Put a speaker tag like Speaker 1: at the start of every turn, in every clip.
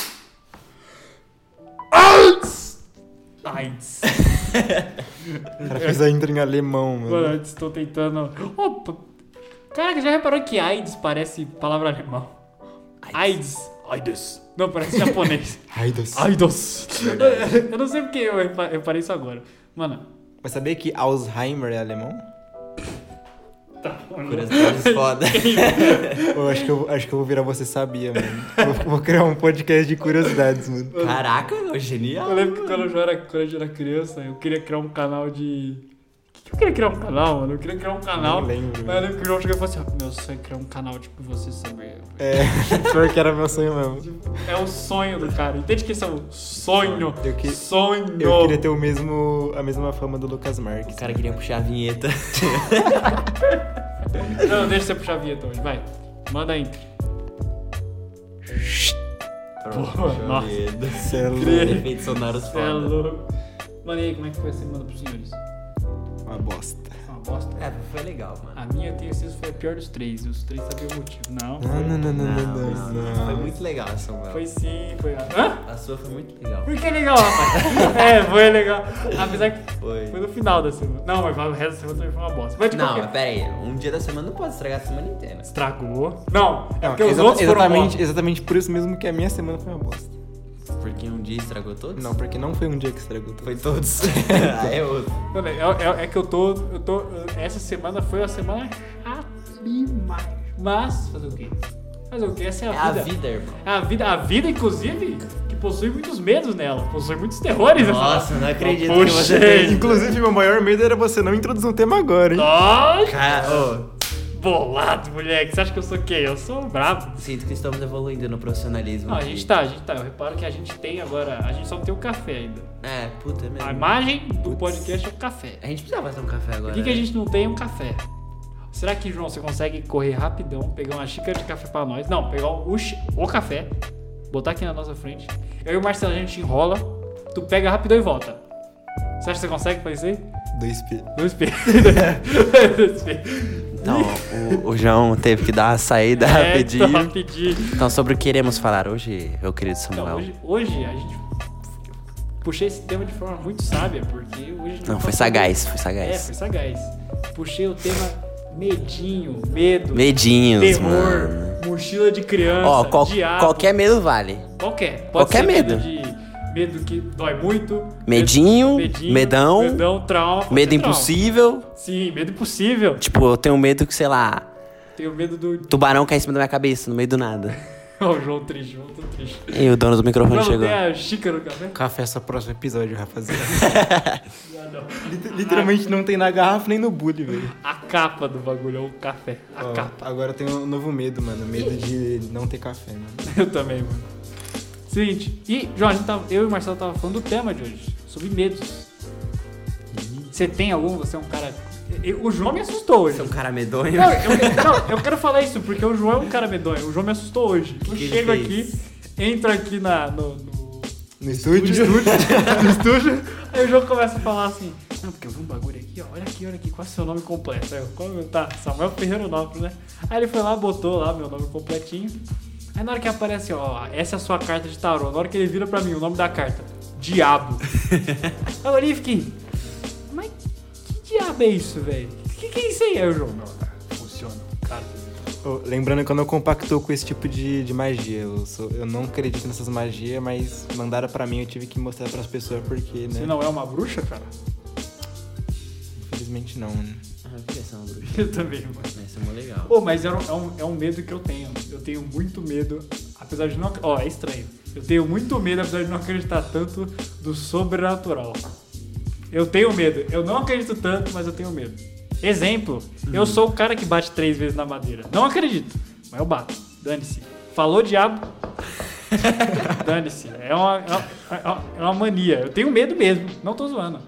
Speaker 1: AIDS.
Speaker 2: O cara fez a intro em alemão,
Speaker 1: Mano,
Speaker 2: mano.
Speaker 1: eu estou tentando. Opa! Caraca, já reparou que AIDS parece palavra alemã? AIDS. AIDS. Não, parece japonês.
Speaker 2: Ai, Deus.
Speaker 1: AIDS. Eu não sei porque eu repa- reparei isso agora. Mano,
Speaker 2: Mas sabia que Alzheimer é alemão?
Speaker 1: tá.
Speaker 3: Curiosidades foda.
Speaker 2: Eu acho que eu, acho que eu vou virar Você Sabia, mano. Vou, vou criar um podcast de curiosidades, mano.
Speaker 3: Caraca, meu, genial.
Speaker 1: Eu lembro que quando eu, era, quando eu era criança, eu queria criar um canal de. O que, que eu queria criar um canal, mano? Eu queria criar um canal.
Speaker 2: Nem lembro.
Speaker 1: Mas eu lembro que o João chegou e falou assim: ó, meu sonho é criar um canal, tipo, você saber.
Speaker 2: É, pior que era meu sonho mesmo.
Speaker 1: É o sonho do cara. Entende que esse é o sonho.
Speaker 2: Eu que-
Speaker 1: Sonho.
Speaker 2: Eu queria ter o mesmo, a mesma fama do Lucas Marques. né?
Speaker 3: O cara queria puxar a vinheta.
Speaker 2: um-
Speaker 1: Não, deixa você puxar a vinheta hoje, vai. Manda a intro.
Speaker 3: Pronto,
Speaker 1: Boa,
Speaker 3: puxou a
Speaker 1: nossa.
Speaker 3: vinheta.
Speaker 2: Cê é louco.
Speaker 1: Cri-
Speaker 3: Efeitos sonoros
Speaker 1: Cê é
Speaker 3: foda.
Speaker 1: louco. Mano, e aí, como é que foi a semana pros senhores?
Speaker 2: Uma bosta.
Speaker 1: Foi Uma bosta.
Speaker 3: É, foi legal, mano.
Speaker 1: A minha, eu tenho certeza, foi a pior dos três. Os três sabiam o motivo. Não.
Speaker 2: Não, não, não, não, não, não.
Speaker 3: Foi muito legal a Samuel.
Speaker 1: Foi sim, foi a. Hã?
Speaker 3: A sua foi muito legal.
Speaker 1: Por que é legal, rapaz? é, foi legal. Apesar que
Speaker 3: Foi.
Speaker 1: foi no final da semana. Não, mas o resto da semana também foi uma bosta. Mas tipo, de
Speaker 3: Não,
Speaker 2: é
Speaker 1: qualquer-
Speaker 3: mas pera aí. Um dia da semana não pode estragar a semana inteira.
Speaker 1: Estragou. Não, é
Speaker 2: Não,
Speaker 1: porque os
Speaker 2: exa-
Speaker 1: outros foram
Speaker 2: exatamente,
Speaker 1: bosta.
Speaker 2: exatamente por isso mesmo que a minha semana foi uma bosta.
Speaker 3: Porque um dia estragou todos?
Speaker 2: Não, porque não foi um dia que estragou tudo.
Speaker 3: Foi todos. Aí é outro.
Speaker 1: Mano, é, é- é que eu tô, eu tô. Essa semana foi uma semana chata demais. Mas, fazer o quê? Fazer o quê? Essa é
Speaker 3: É
Speaker 1: a
Speaker 3: a
Speaker 1: vida.
Speaker 3: vida, irmão.
Speaker 1: A vida, a vida, inclusive, que possui muitos medos nela, possui muitos terrores. eu falo.
Speaker 3: Nossa, não acredito que
Speaker 1: Puxa,
Speaker 3: você
Speaker 1: hein?
Speaker 3: fez.
Speaker 2: Inclusive, meu maior medo era você não introduzir um tema agora, hein?
Speaker 1: Nossa,
Speaker 3: Cara, ô,
Speaker 1: bolado, moleque. Você acha que eu sou quem? Eu sou brabo.
Speaker 3: sinto que estamos evoluindo no profissionalismo.
Speaker 1: Não, a
Speaker 3: aqui.
Speaker 1: gente tá, a gente tá. Eu reparo que a gente tem agora. A gente só não tem o café ainda.
Speaker 3: É, puta é mesmo.
Speaker 1: A imagem do
Speaker 2: Putz.
Speaker 1: podcast é o café.
Speaker 3: A gente precisa fazer um café agora.
Speaker 1: O que, que a
Speaker 3: né?
Speaker 1: gente não tem é um café. Será que, João, você consegue correr rapidão, pegar uma xícara de café pra nós? Não, pegar o, chi- o café, botar aqui na nossa frente. Eu e o Marcelo, a gente enrola, tu pega rapidão e volta. Você acha que você consegue fazer isso aí?
Speaker 2: 2P.
Speaker 1: Dois P. Dois P.
Speaker 3: Não, o, o João teve que dar uma saída
Speaker 1: É,
Speaker 3: rapidinho.
Speaker 1: tá, rapidinho.
Speaker 3: Então, sobre o que iremos falar hoje, meu querido Samuel.
Speaker 1: Então, hoje, hoje a gente puxei esse tema de forma muito sábia, porque hoje...
Speaker 3: Não, foi
Speaker 1: tá-
Speaker 3: sagaz, foi
Speaker 1: É,
Speaker 3: sagaz.
Speaker 1: foi sagaz. Puxei o tema medinho, medo.
Speaker 3: Medinhos,
Speaker 1: terror,
Speaker 3: mano.
Speaker 1: mochila de criança,
Speaker 3: Ó, qual- é-
Speaker 1: diabo,
Speaker 3: qualquer medo vale.
Speaker 1: qualquer. Pode
Speaker 3: qualquer
Speaker 1: ser medo.
Speaker 3: medo.
Speaker 1: de medo que dói muito,
Speaker 3: Medinho, medão,
Speaker 1: medão, trauma, pode
Speaker 3: Medo
Speaker 1: ser trauma.
Speaker 3: impossível.
Speaker 1: Sim, medo impossível.
Speaker 3: Tipo, eu tenho medo que, sei lá,
Speaker 1: Tenho medo do
Speaker 3: tubarão cai em cima da minha cabeça, no meio do nada.
Speaker 1: Ó, o João triste, João todo triste.
Speaker 3: E o dono do microfone
Speaker 1: Não,
Speaker 3: chegou.
Speaker 1: tem a xícara no café?
Speaker 2: Café é só próximo episódio, rapaziada.
Speaker 1: Ah, não.
Speaker 2: Lit- Literalmente não tem na garrafa nem no bully, velho.
Speaker 1: A capa do bagulho é o café. A
Speaker 3: Ah.
Speaker 2: Ó,
Speaker 1: capa.
Speaker 2: Agora eu tenho um novo medo, mano. Medo de não ter café, mano.
Speaker 1: Eu também, mano. Seguinte, e, João, a gente tava- eu e o Marcelo tava falando do tema de hoje, sobre medos. Você tem algum? Você é um cara. eu- O João me assustou hoje.
Speaker 3: Você é um cara medonho.
Speaker 1: Não, eu, não, eu quero falar isso, porque o João é um cara medonho. O João me assustou hoje. Eu
Speaker 3: que ele
Speaker 1: chego aqui,
Speaker 3: fez?
Speaker 1: entro aqui na, no, no-
Speaker 2: No estúdio?
Speaker 1: no estúdio, aí o João começa a falar assim, não, porque eu vi um bagulho aqui, ó, olha aqui, olha aqui, qual é o seu nome completo? Aí eu, qual é o meu? Tá, Samuel Ferreiro Nopes, né? Aí ele foi lá, botou lá meu nome completinho. Aí na hora que aparece, ó, essa é a sua carta de tarô, na hora que ele vira pra mim o nome da carta, Diabo. Aí eu olhei e fiquei, mas que diabo é isso, velho? Que que é isso aí? Aí o João, não, cara, funciona, cara.
Speaker 2: Ô, Lembrando que eu não compactou com esse tipo de, de magia. Eu, sou- eu não acredito nessas magias, mas mandaram pra mim eu tive que mostrar pras pessoas porque, né?
Speaker 1: Você não é uma bruxa, cara?
Speaker 2: Infelizmente não, né?
Speaker 3: Ah, por que essa é uma bruxa?
Speaker 1: Eu também, mano.
Speaker 3: Essa é mó legal.
Speaker 1: Pô, mas é um, é, um, é um medo que eu tenho. Eu tenho muito medo, apesar de não. Ó, é estranho. Eu tenho muito medo, apesar de não acreditar tanto do sobrenatural. Eu tenho medo. Eu não acredito tanto, mas eu tenho medo. Exemplo, eu sou o cara que bate três vezes na madeira. Não acredito, mas eu bato. Dane-se. Falou diabo. Dane-se. É uma, é, uma, é uma mania. Eu tenho medo mesmo. Não tô zoando.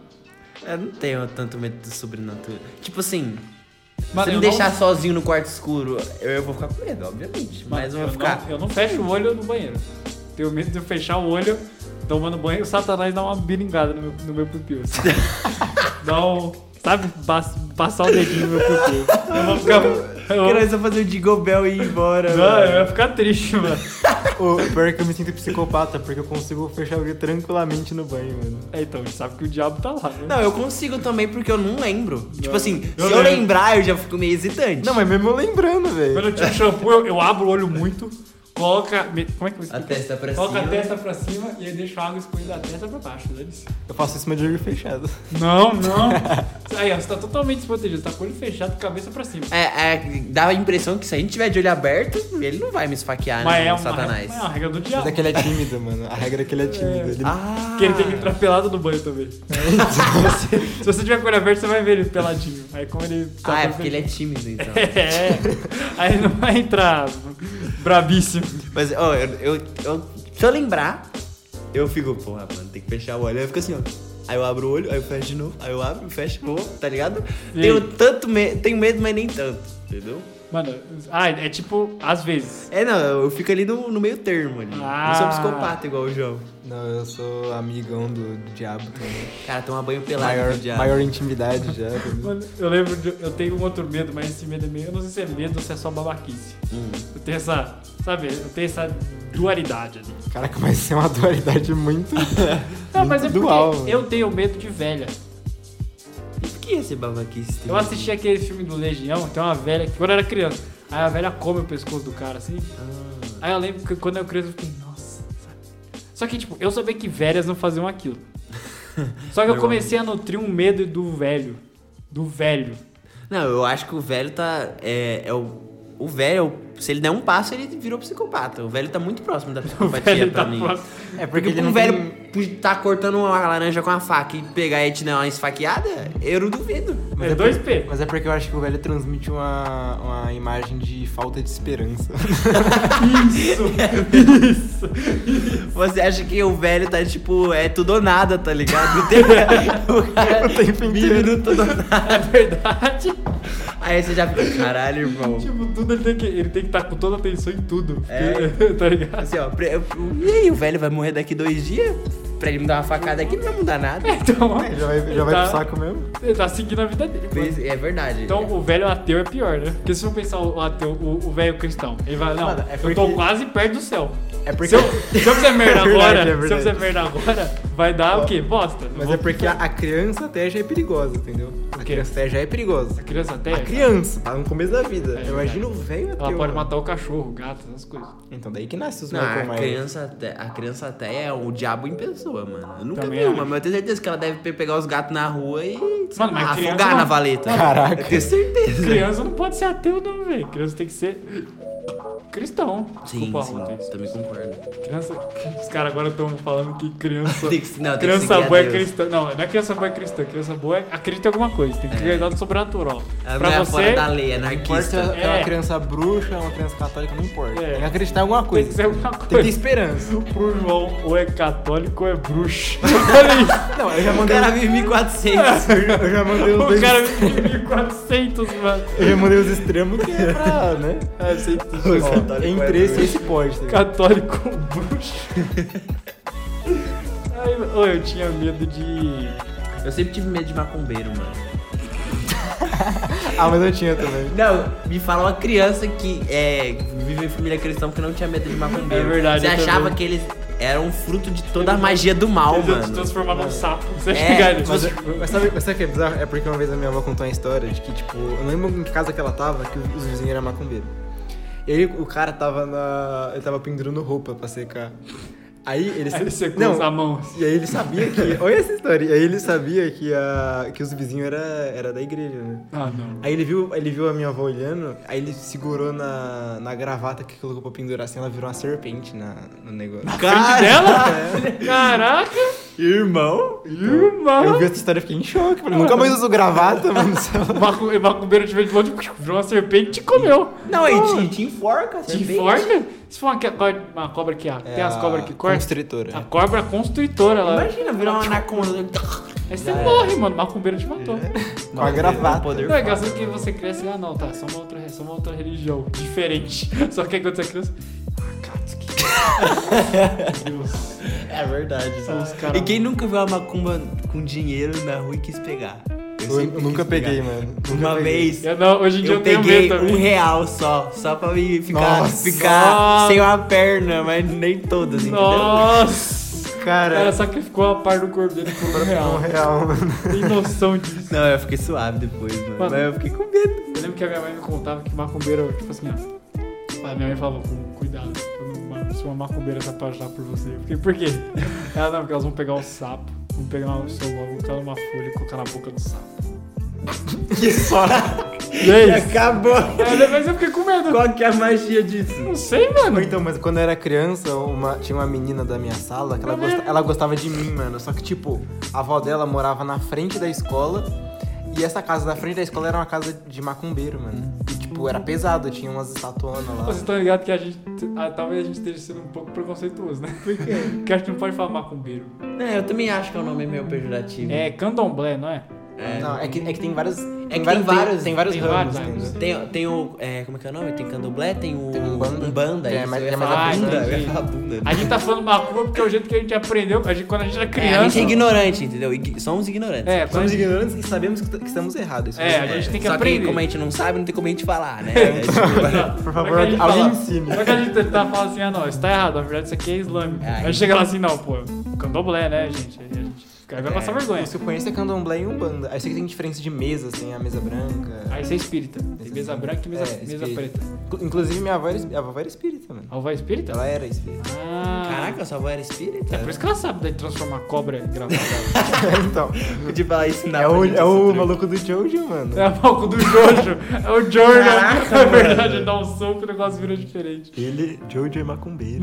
Speaker 3: Eu não tenho tanto medo do sobrenatural. Tipo assim,
Speaker 1: Mano,
Speaker 3: se
Speaker 1: eu
Speaker 3: me
Speaker 1: não-
Speaker 3: deixar sozinho no quarto escuro, eu, eu vou ficar com medo, obviamente.
Speaker 1: Mano,
Speaker 3: mas eu vou
Speaker 1: não-
Speaker 3: ficar.
Speaker 1: eu não fecho o olho no banheiro. Tenho medo de eu fechar o olho, tomando banho, o Satanás dá uma biringada no meu, no meu pupil. assim. dá um. Sabe? Bas- passar o dedinho no meu pupil. Eu vou ficar. eu vou-
Speaker 3: só fazer o Digobel e ir embora.
Speaker 1: não, eu ia ficar triste, mano.
Speaker 2: O pior é que eu me sinto psicopata, porque eu consigo fechar o olho tranquilamente no banho, mano.
Speaker 1: É, então, a gente sabe que o diabo tá lá, né?
Speaker 3: Não, eu consigo também porque eu não lembro. Tipo assim, se
Speaker 1: Eu
Speaker 3: eu
Speaker 1: lembro.
Speaker 3: lembrar, eu já fico meio hesitante.
Speaker 2: Não, mas mesmo eu lembrando,
Speaker 1: Quando
Speaker 2: velho.
Speaker 1: eu tiro o shampoo, eu, eu abro o olho muito, coloca. me- Como é que eu
Speaker 3: A
Speaker 1: explico?
Speaker 3: testa assim, né? pra
Speaker 1: Coloca
Speaker 3: cima.
Speaker 1: a testa pra cima e aí deixa a água escorrer da testa pra baixo, dane-se.
Speaker 2: Eu faço isso, mas de olho fechado.
Speaker 1: Não, não. Aí, ó, você tá totalmente desprotegido, você tá com o olho fechado, cabeça pra cima.
Speaker 3: É, é, dá a impressão que se a gente tiver de olho aberto, ele não vai me esfaquear,
Speaker 1: mas
Speaker 3: né?
Speaker 1: é uma,
Speaker 3: satanás.
Speaker 1: mas é uma regra do diabo.
Speaker 2: Mas é que ele é tímido, mano. A regra é que ele é tímido. Ele...
Speaker 3: Ah,
Speaker 1: Que ele tem que entrar pelado no banho também. se, você, se você tiver com o olho aberto, você vai ver ele peladinho. Aí como ele. tá
Speaker 3: ah, é
Speaker 1: com o
Speaker 3: porque
Speaker 1: olho
Speaker 3: ele é tímido, então.
Speaker 1: É. Aí ele não vai entrar brabíssimo.
Speaker 3: Mas, ó, eu, eu- eu- Se eu lembrar, eu fico, porra, mano, tem que fechar o olho. Aí eu fico assim, ó. Aí eu abro o olho, aí eu fecho de novo, aí eu abro, fecho, vou, tá ligado?
Speaker 1: E aí?
Speaker 3: Tenho tanto medo, tenho medo, mas nem tanto, entendeu?
Speaker 1: Mano, ah, é tipo, às vezes.
Speaker 3: É, não, eu fico ali no, no meio termo ali. Não sou
Speaker 1: Ah.
Speaker 3: psicopata igual o João.
Speaker 2: Não, eu sou amigão do, do diabo também.
Speaker 3: Cara, toma banho pelado
Speaker 2: Maior,
Speaker 3: do diabo.
Speaker 2: maior intimidade já. entendeu?
Speaker 1: Mano, eu lembro, de, eu tenho um outro medo, mas esse medo é meio. Eu não sei se é medo ou se é só babaquice.
Speaker 3: Hum.
Speaker 1: Eu tenho essa. Sabe, eu tenho essa dualidade ali.
Speaker 2: Caraca, mas isso é uma dualidade muito.
Speaker 1: Não, mas é porque
Speaker 2: Dual, mano.
Speaker 1: eu tenho medo de velha.
Speaker 3: E por que esse babaquice? tem
Speaker 1: Eu assisti aquele filme do Legião, tem uma velha que quando eu era criança, aí a velha come o pescoço do cara assim.
Speaker 3: Ah,
Speaker 1: Aí eu lembro que quando eu criança eu fiquei, nossa. sabe? Só que, tipo, eu sabia que velhas não faziam aquilo. Só que eu comecei a nutrir um medo do velho. Do velho.
Speaker 3: Não, eu acho que o velho tá. É, é o. O velho, é o- se ele der um passo, ele virou psicopata. O velho tá muito próximo da psicopatia
Speaker 1: Velho
Speaker 3: pra
Speaker 1: tá
Speaker 3: mim.
Speaker 1: próximo.
Speaker 2: É
Speaker 3: Porque um velho tá cortando uma laranja com a faca e pegar e te dar uma esfaqueada, eu não duvido.
Speaker 1: É 2P.
Speaker 2: Mas é porque eu acho que o velho transmite uma, uma imagem de falta de esperança.
Speaker 1: Isso! Isso!
Speaker 3: Você acha que o velho tá tipo, é tudo ou nada, tá ligado? O tempo- o cara vive no tudo ou nada.
Speaker 1: É verdade.
Speaker 3: Aí você já fica, caralho, irmão.
Speaker 1: Tipo, tudo ele tem que. Ele tem que estar com toda a atenção em tudo.
Speaker 3: É.
Speaker 1: porque- tá ligado?
Speaker 3: Assim, ó, pre- e aí, o velho vai morrer daqui dois dias? Pra ele me dar uma facada aqui, não vai mudar nada.
Speaker 1: Então.
Speaker 2: É, já vai, já vai
Speaker 1: tá,
Speaker 2: pro saco mesmo.
Speaker 1: Ele tá seguindo a vida dele. mano.
Speaker 3: É verdade.
Speaker 1: Então o velho ateu é pior, né? Porque se eu pensar o ateu, o, o velho cristão, ele vai, não,
Speaker 2: Mano, é
Speaker 1: eu tô
Speaker 2: porque-
Speaker 1: quase perto do céu.
Speaker 2: É porque-
Speaker 1: Se eu, se eu fizer merda
Speaker 2: É verdade,
Speaker 1: agora,
Speaker 2: é
Speaker 1: se eu
Speaker 2: verdade.
Speaker 1: fizer merda agora, vai dar o quê? Bosta.
Speaker 2: Mas
Speaker 1: Vou-
Speaker 2: é porque a, a criança até já é perigosa, entendeu? A
Speaker 1: quê?
Speaker 2: criança até já é perigosa.
Speaker 1: A criança até,
Speaker 2: A criança, tá no começo da vida.
Speaker 1: É
Speaker 2: Eu imagino o velho até.
Speaker 1: ela pode matar o cachorro, o gato, essas coisas.
Speaker 2: Então daí que nasce os
Speaker 3: Não,
Speaker 2: Michael
Speaker 3: a
Speaker 2: Myers.
Speaker 3: criança, até, a criança até é o diabo em pessoa, mano. Eu nunca
Speaker 1: Também
Speaker 3: vi
Speaker 1: acho.
Speaker 3: uma, mas eu tenho certeza que ela deve pe- pegar os gatos na rua e sei
Speaker 1: Mano,
Speaker 3: lá,
Speaker 1: mas criança
Speaker 3: afogar
Speaker 1: não-
Speaker 3: na valeta.
Speaker 2: Caraca.
Speaker 3: Eu tenho certeza.
Speaker 1: Criança não pode ser ateu não, velho. Criança tem que ser cristão.
Speaker 3: Sim,
Speaker 1: Desculpa,
Speaker 3: sim,
Speaker 1: Arruda, isso.
Speaker 3: também concordo.
Speaker 1: Criança... Os caras agora estão falando que criança...
Speaker 3: Tem que- não, tem que
Speaker 1: criança
Speaker 3: seguir a
Speaker 1: boa é
Speaker 3: Deus.
Speaker 1: cristã. Não, não é criança boa é cristã. Criança boa é... Acredita em alguma coisa. Tem que acreditar no sobrenatural.
Speaker 3: Ela não
Speaker 1: pra
Speaker 3: é
Speaker 1: você...
Speaker 3: fora da lei, é
Speaker 2: Não importa se
Speaker 3: anarquista.
Speaker 2: é
Speaker 1: É.
Speaker 2: uma criança bruxa, uma criança católica, não importa.
Speaker 1: É.
Speaker 2: Tem que acreditar em alguma
Speaker 1: Tem que
Speaker 2: coisa.
Speaker 1: ser alguma
Speaker 2: Tem que ter
Speaker 1: coisa.
Speaker 2: esperança.
Speaker 1: Pro João, ou é católico ou é bruxo. Olha
Speaker 2: Não, eu já
Speaker 3: O
Speaker 2: mandei. um-
Speaker 3: cara vive 1400.
Speaker 2: Eu já mandei
Speaker 1: isso.
Speaker 2: os
Speaker 1: O
Speaker 2: dois.
Speaker 1: cara me 400, mano.
Speaker 2: Eu já mandei os extremos que é pra, né?
Speaker 1: tá
Speaker 2: Ó, entre esse e esse pode. tá ligado?
Speaker 1: Católico ou bruxo. Ai, ô, eu tinha medo de.
Speaker 3: Eu sempre tive medo de macumbeiro, mano.
Speaker 2: Ah, mas eu tinha também.
Speaker 3: Não, me fala uma criança que é, vive em família cristã porque não tinha medo de macumbeiro.
Speaker 1: É verdade,
Speaker 3: Você
Speaker 1: eu
Speaker 3: achava
Speaker 1: também.
Speaker 3: que eles eram um fruto de toda a magia do mal,
Speaker 1: Eles iam se
Speaker 3: mano.
Speaker 1: transformar num sapo. Você tá Tipo,
Speaker 3: É,
Speaker 1: chegar ali.
Speaker 2: Mas, mas sabe, mas sabe o que é bizarro? É porque uma vez a minha avó contou uma história de que, tipo, eu não lembro em que casa que ela tava, que os vizinhos eram macumbeiros. E aí o cara tava na. Ele tava pendurando roupa pra secar. Aí ele.
Speaker 1: Aí você
Speaker 2: não,
Speaker 1: cruza a mão. assim.
Speaker 2: E aí ele sabia que. Olha essa história. E aí ele sabia que, a, que os vizinhos era, era da igreja, né?
Speaker 1: Ah, não.
Speaker 2: Aí ele viu, ele viu a minha avó olhando, aí ele segurou na, na gravata que colocou pra pendurar assim, ela virou uma serpente na, no negócio.
Speaker 3: Ah,
Speaker 1: Frente dela? Caraca,
Speaker 2: Irmão? Eu
Speaker 1: irmão.
Speaker 2: vi essa história e fiquei em choque. Falei, nunca mais uso gravata, mano.
Speaker 1: O macu- o macumbeiro te veio de longe, virou uma serpente e te comeu.
Speaker 3: Não, e te, te enforca,
Speaker 1: Te
Speaker 3: serpente. É,
Speaker 1: enforca? Se for uma, que- uma cobra que a- tem
Speaker 2: É
Speaker 1: as cobras que cortam. Tá.
Speaker 2: Constritora.
Speaker 1: A cobra constritora lá.
Speaker 3: Imagina virar uma anaconda.
Speaker 1: Aí você morre, mano. Macumbeira te matou.
Speaker 2: Com a gravata.
Speaker 3: Poder.
Speaker 1: Não, é engraçado que você cresce. Ah, não, tá. Só uma outra, só uma outra religião. Diferente. Só que aí quando você cresce. Ah, Katsuki. Deus.
Speaker 3: É verdade.
Speaker 1: São os
Speaker 3: E
Speaker 1: caras.
Speaker 3: quem nunca viu uma macumba com dinheiro na rua e quis pegar? Eu Eu,
Speaker 1: é
Speaker 2: Eu,
Speaker 3: sempre
Speaker 2: nunca
Speaker 3: quis
Speaker 2: peguei,
Speaker 3: pegar.
Speaker 2: mano. Nunca
Speaker 3: Uma
Speaker 2: peguei.
Speaker 3: vez.
Speaker 1: Eu não, hoje em dia eu,
Speaker 3: Eu
Speaker 1: tenho
Speaker 3: peguei
Speaker 1: medo também.
Speaker 3: um real só, só pra me ficar,
Speaker 2: Nossa.
Speaker 3: ficar sem uma perna, mas nem todas, entendeu?
Speaker 1: Nossa! O
Speaker 2: Cara,
Speaker 1: cara sacrificou a par do corpo dele por um real.
Speaker 2: um real, mano.
Speaker 1: Tem noção disso.
Speaker 3: Não, eu fiquei suave depois, mano.
Speaker 1: Mano.
Speaker 3: Mas eu fiquei com medo.
Speaker 1: Eu lembro que a minha mãe me contava que macumbeiro, tipo assim, ó. A minha mãe falou, "Cu- cuidado, quando uma- se uma macumbeira se apaixonar por você. Eu fiquei, por quê? Ela não, porque elas vão pegar um sapo, vão pegar o seu vão colocar numa folha e colocar na boca do sapo.
Speaker 3: Que só.
Speaker 1: E é isso.
Speaker 3: Acabou.
Speaker 1: Aí depois eu fiquei com medo.
Speaker 3: Qual que é a magia disso?
Speaker 1: Não sei, mano.
Speaker 2: Ou Então, mas quando eu era criança, uma- tinha uma menina da minha sala que ela, gosta- ela gostava de mim, mano. Só que, tipo, a avó dela morava na frente da escola. E essa casa da frente da escola era uma casa de macumbeiro, mano. E, tipo, era pesada, tinha umas estatuanas lá.
Speaker 1: Vocês estão ligados que a gente. ah, talvez a gente esteja sendo um pouco preconceituoso, né? Por quê? Porque a gente não pode falar macumbeiro.
Speaker 3: Não, eu também acho que é um nome meio pejorativo.
Speaker 1: É candomblé, não é?
Speaker 3: É.
Speaker 2: Não, é que, é que tem vários.
Speaker 3: que tem
Speaker 2: vários-
Speaker 3: vários- né?
Speaker 2: Tem vários
Speaker 1: tem
Speaker 2: ramos,
Speaker 1: vários
Speaker 2: entendeu?
Speaker 1: ramos.
Speaker 3: Tem, tem o. é, como é que é o nome? Tem candomblé, tem o.
Speaker 2: Tem Umbanda.
Speaker 3: Umbanda,
Speaker 2: É,
Speaker 3: isso,
Speaker 2: mas-
Speaker 3: eu ia
Speaker 2: é mais
Speaker 3: falar
Speaker 1: a bunda,
Speaker 3: bunda, eu ia
Speaker 1: entendi.
Speaker 3: falar bunda.
Speaker 1: A gente tá falando macumba porque é o jeito que a gente aprendeu a gente, quando a gente era
Speaker 3: É, a
Speaker 1: criança.
Speaker 3: gente é ignorante, entendeu? Ign- Somos ignorantes.
Speaker 1: É, quando a
Speaker 2: Somos
Speaker 1: gente-
Speaker 2: ignorantes e sabemos que, t- que estamos errados.
Speaker 1: É, a gente tem que
Speaker 3: Só
Speaker 1: aprender.
Speaker 3: como a gente não sabe, não tem como a gente falar, né? É, tipo,
Speaker 2: Por
Speaker 1: Como é que
Speaker 2: favor,
Speaker 1: a gente
Speaker 2: alguém
Speaker 1: fala-
Speaker 2: ensine.
Speaker 1: Como é que a gente tentar falar assim, ah não, isso tá errado, na verdade isso aqui é islâmico.
Speaker 2: Ah,
Speaker 3: É,
Speaker 1: Aí chega lá
Speaker 2: então.
Speaker 1: assim, não, pô, candomblé, né, gente? Aí a gente aí vai
Speaker 3: É,
Speaker 1: passar vergonha.
Speaker 2: Isso eu conheço é candomblé e umbanda. Aí sei que tem diferença de mesa, tem a mesa branca.
Speaker 1: Aí você é espírita. Tem mesa branca e mesa,
Speaker 2: É,
Speaker 1: mesa
Speaker 2: espírita.
Speaker 1: preta.
Speaker 2: Inclu- Inclusive, minha avó era, es- a vovó era espírita, mano.
Speaker 1: A vai espírita?
Speaker 2: Ela é- era espírita.
Speaker 1: Ah,
Speaker 3: Caraca, sua avó era espírita?
Speaker 1: É por isso que ela sabe daí transformar cobra em gravata.
Speaker 2: então.
Speaker 3: Podia falar isso na
Speaker 2: É o, é o maluco do Jojo, mano.
Speaker 1: é o palco do Jojo. É o Jojo.
Speaker 3: Caraca,
Speaker 1: na verdade,
Speaker 3: mano.
Speaker 1: dá um soco e o negócio vira diferente.
Speaker 2: Ele, Jojo é macumbeiro.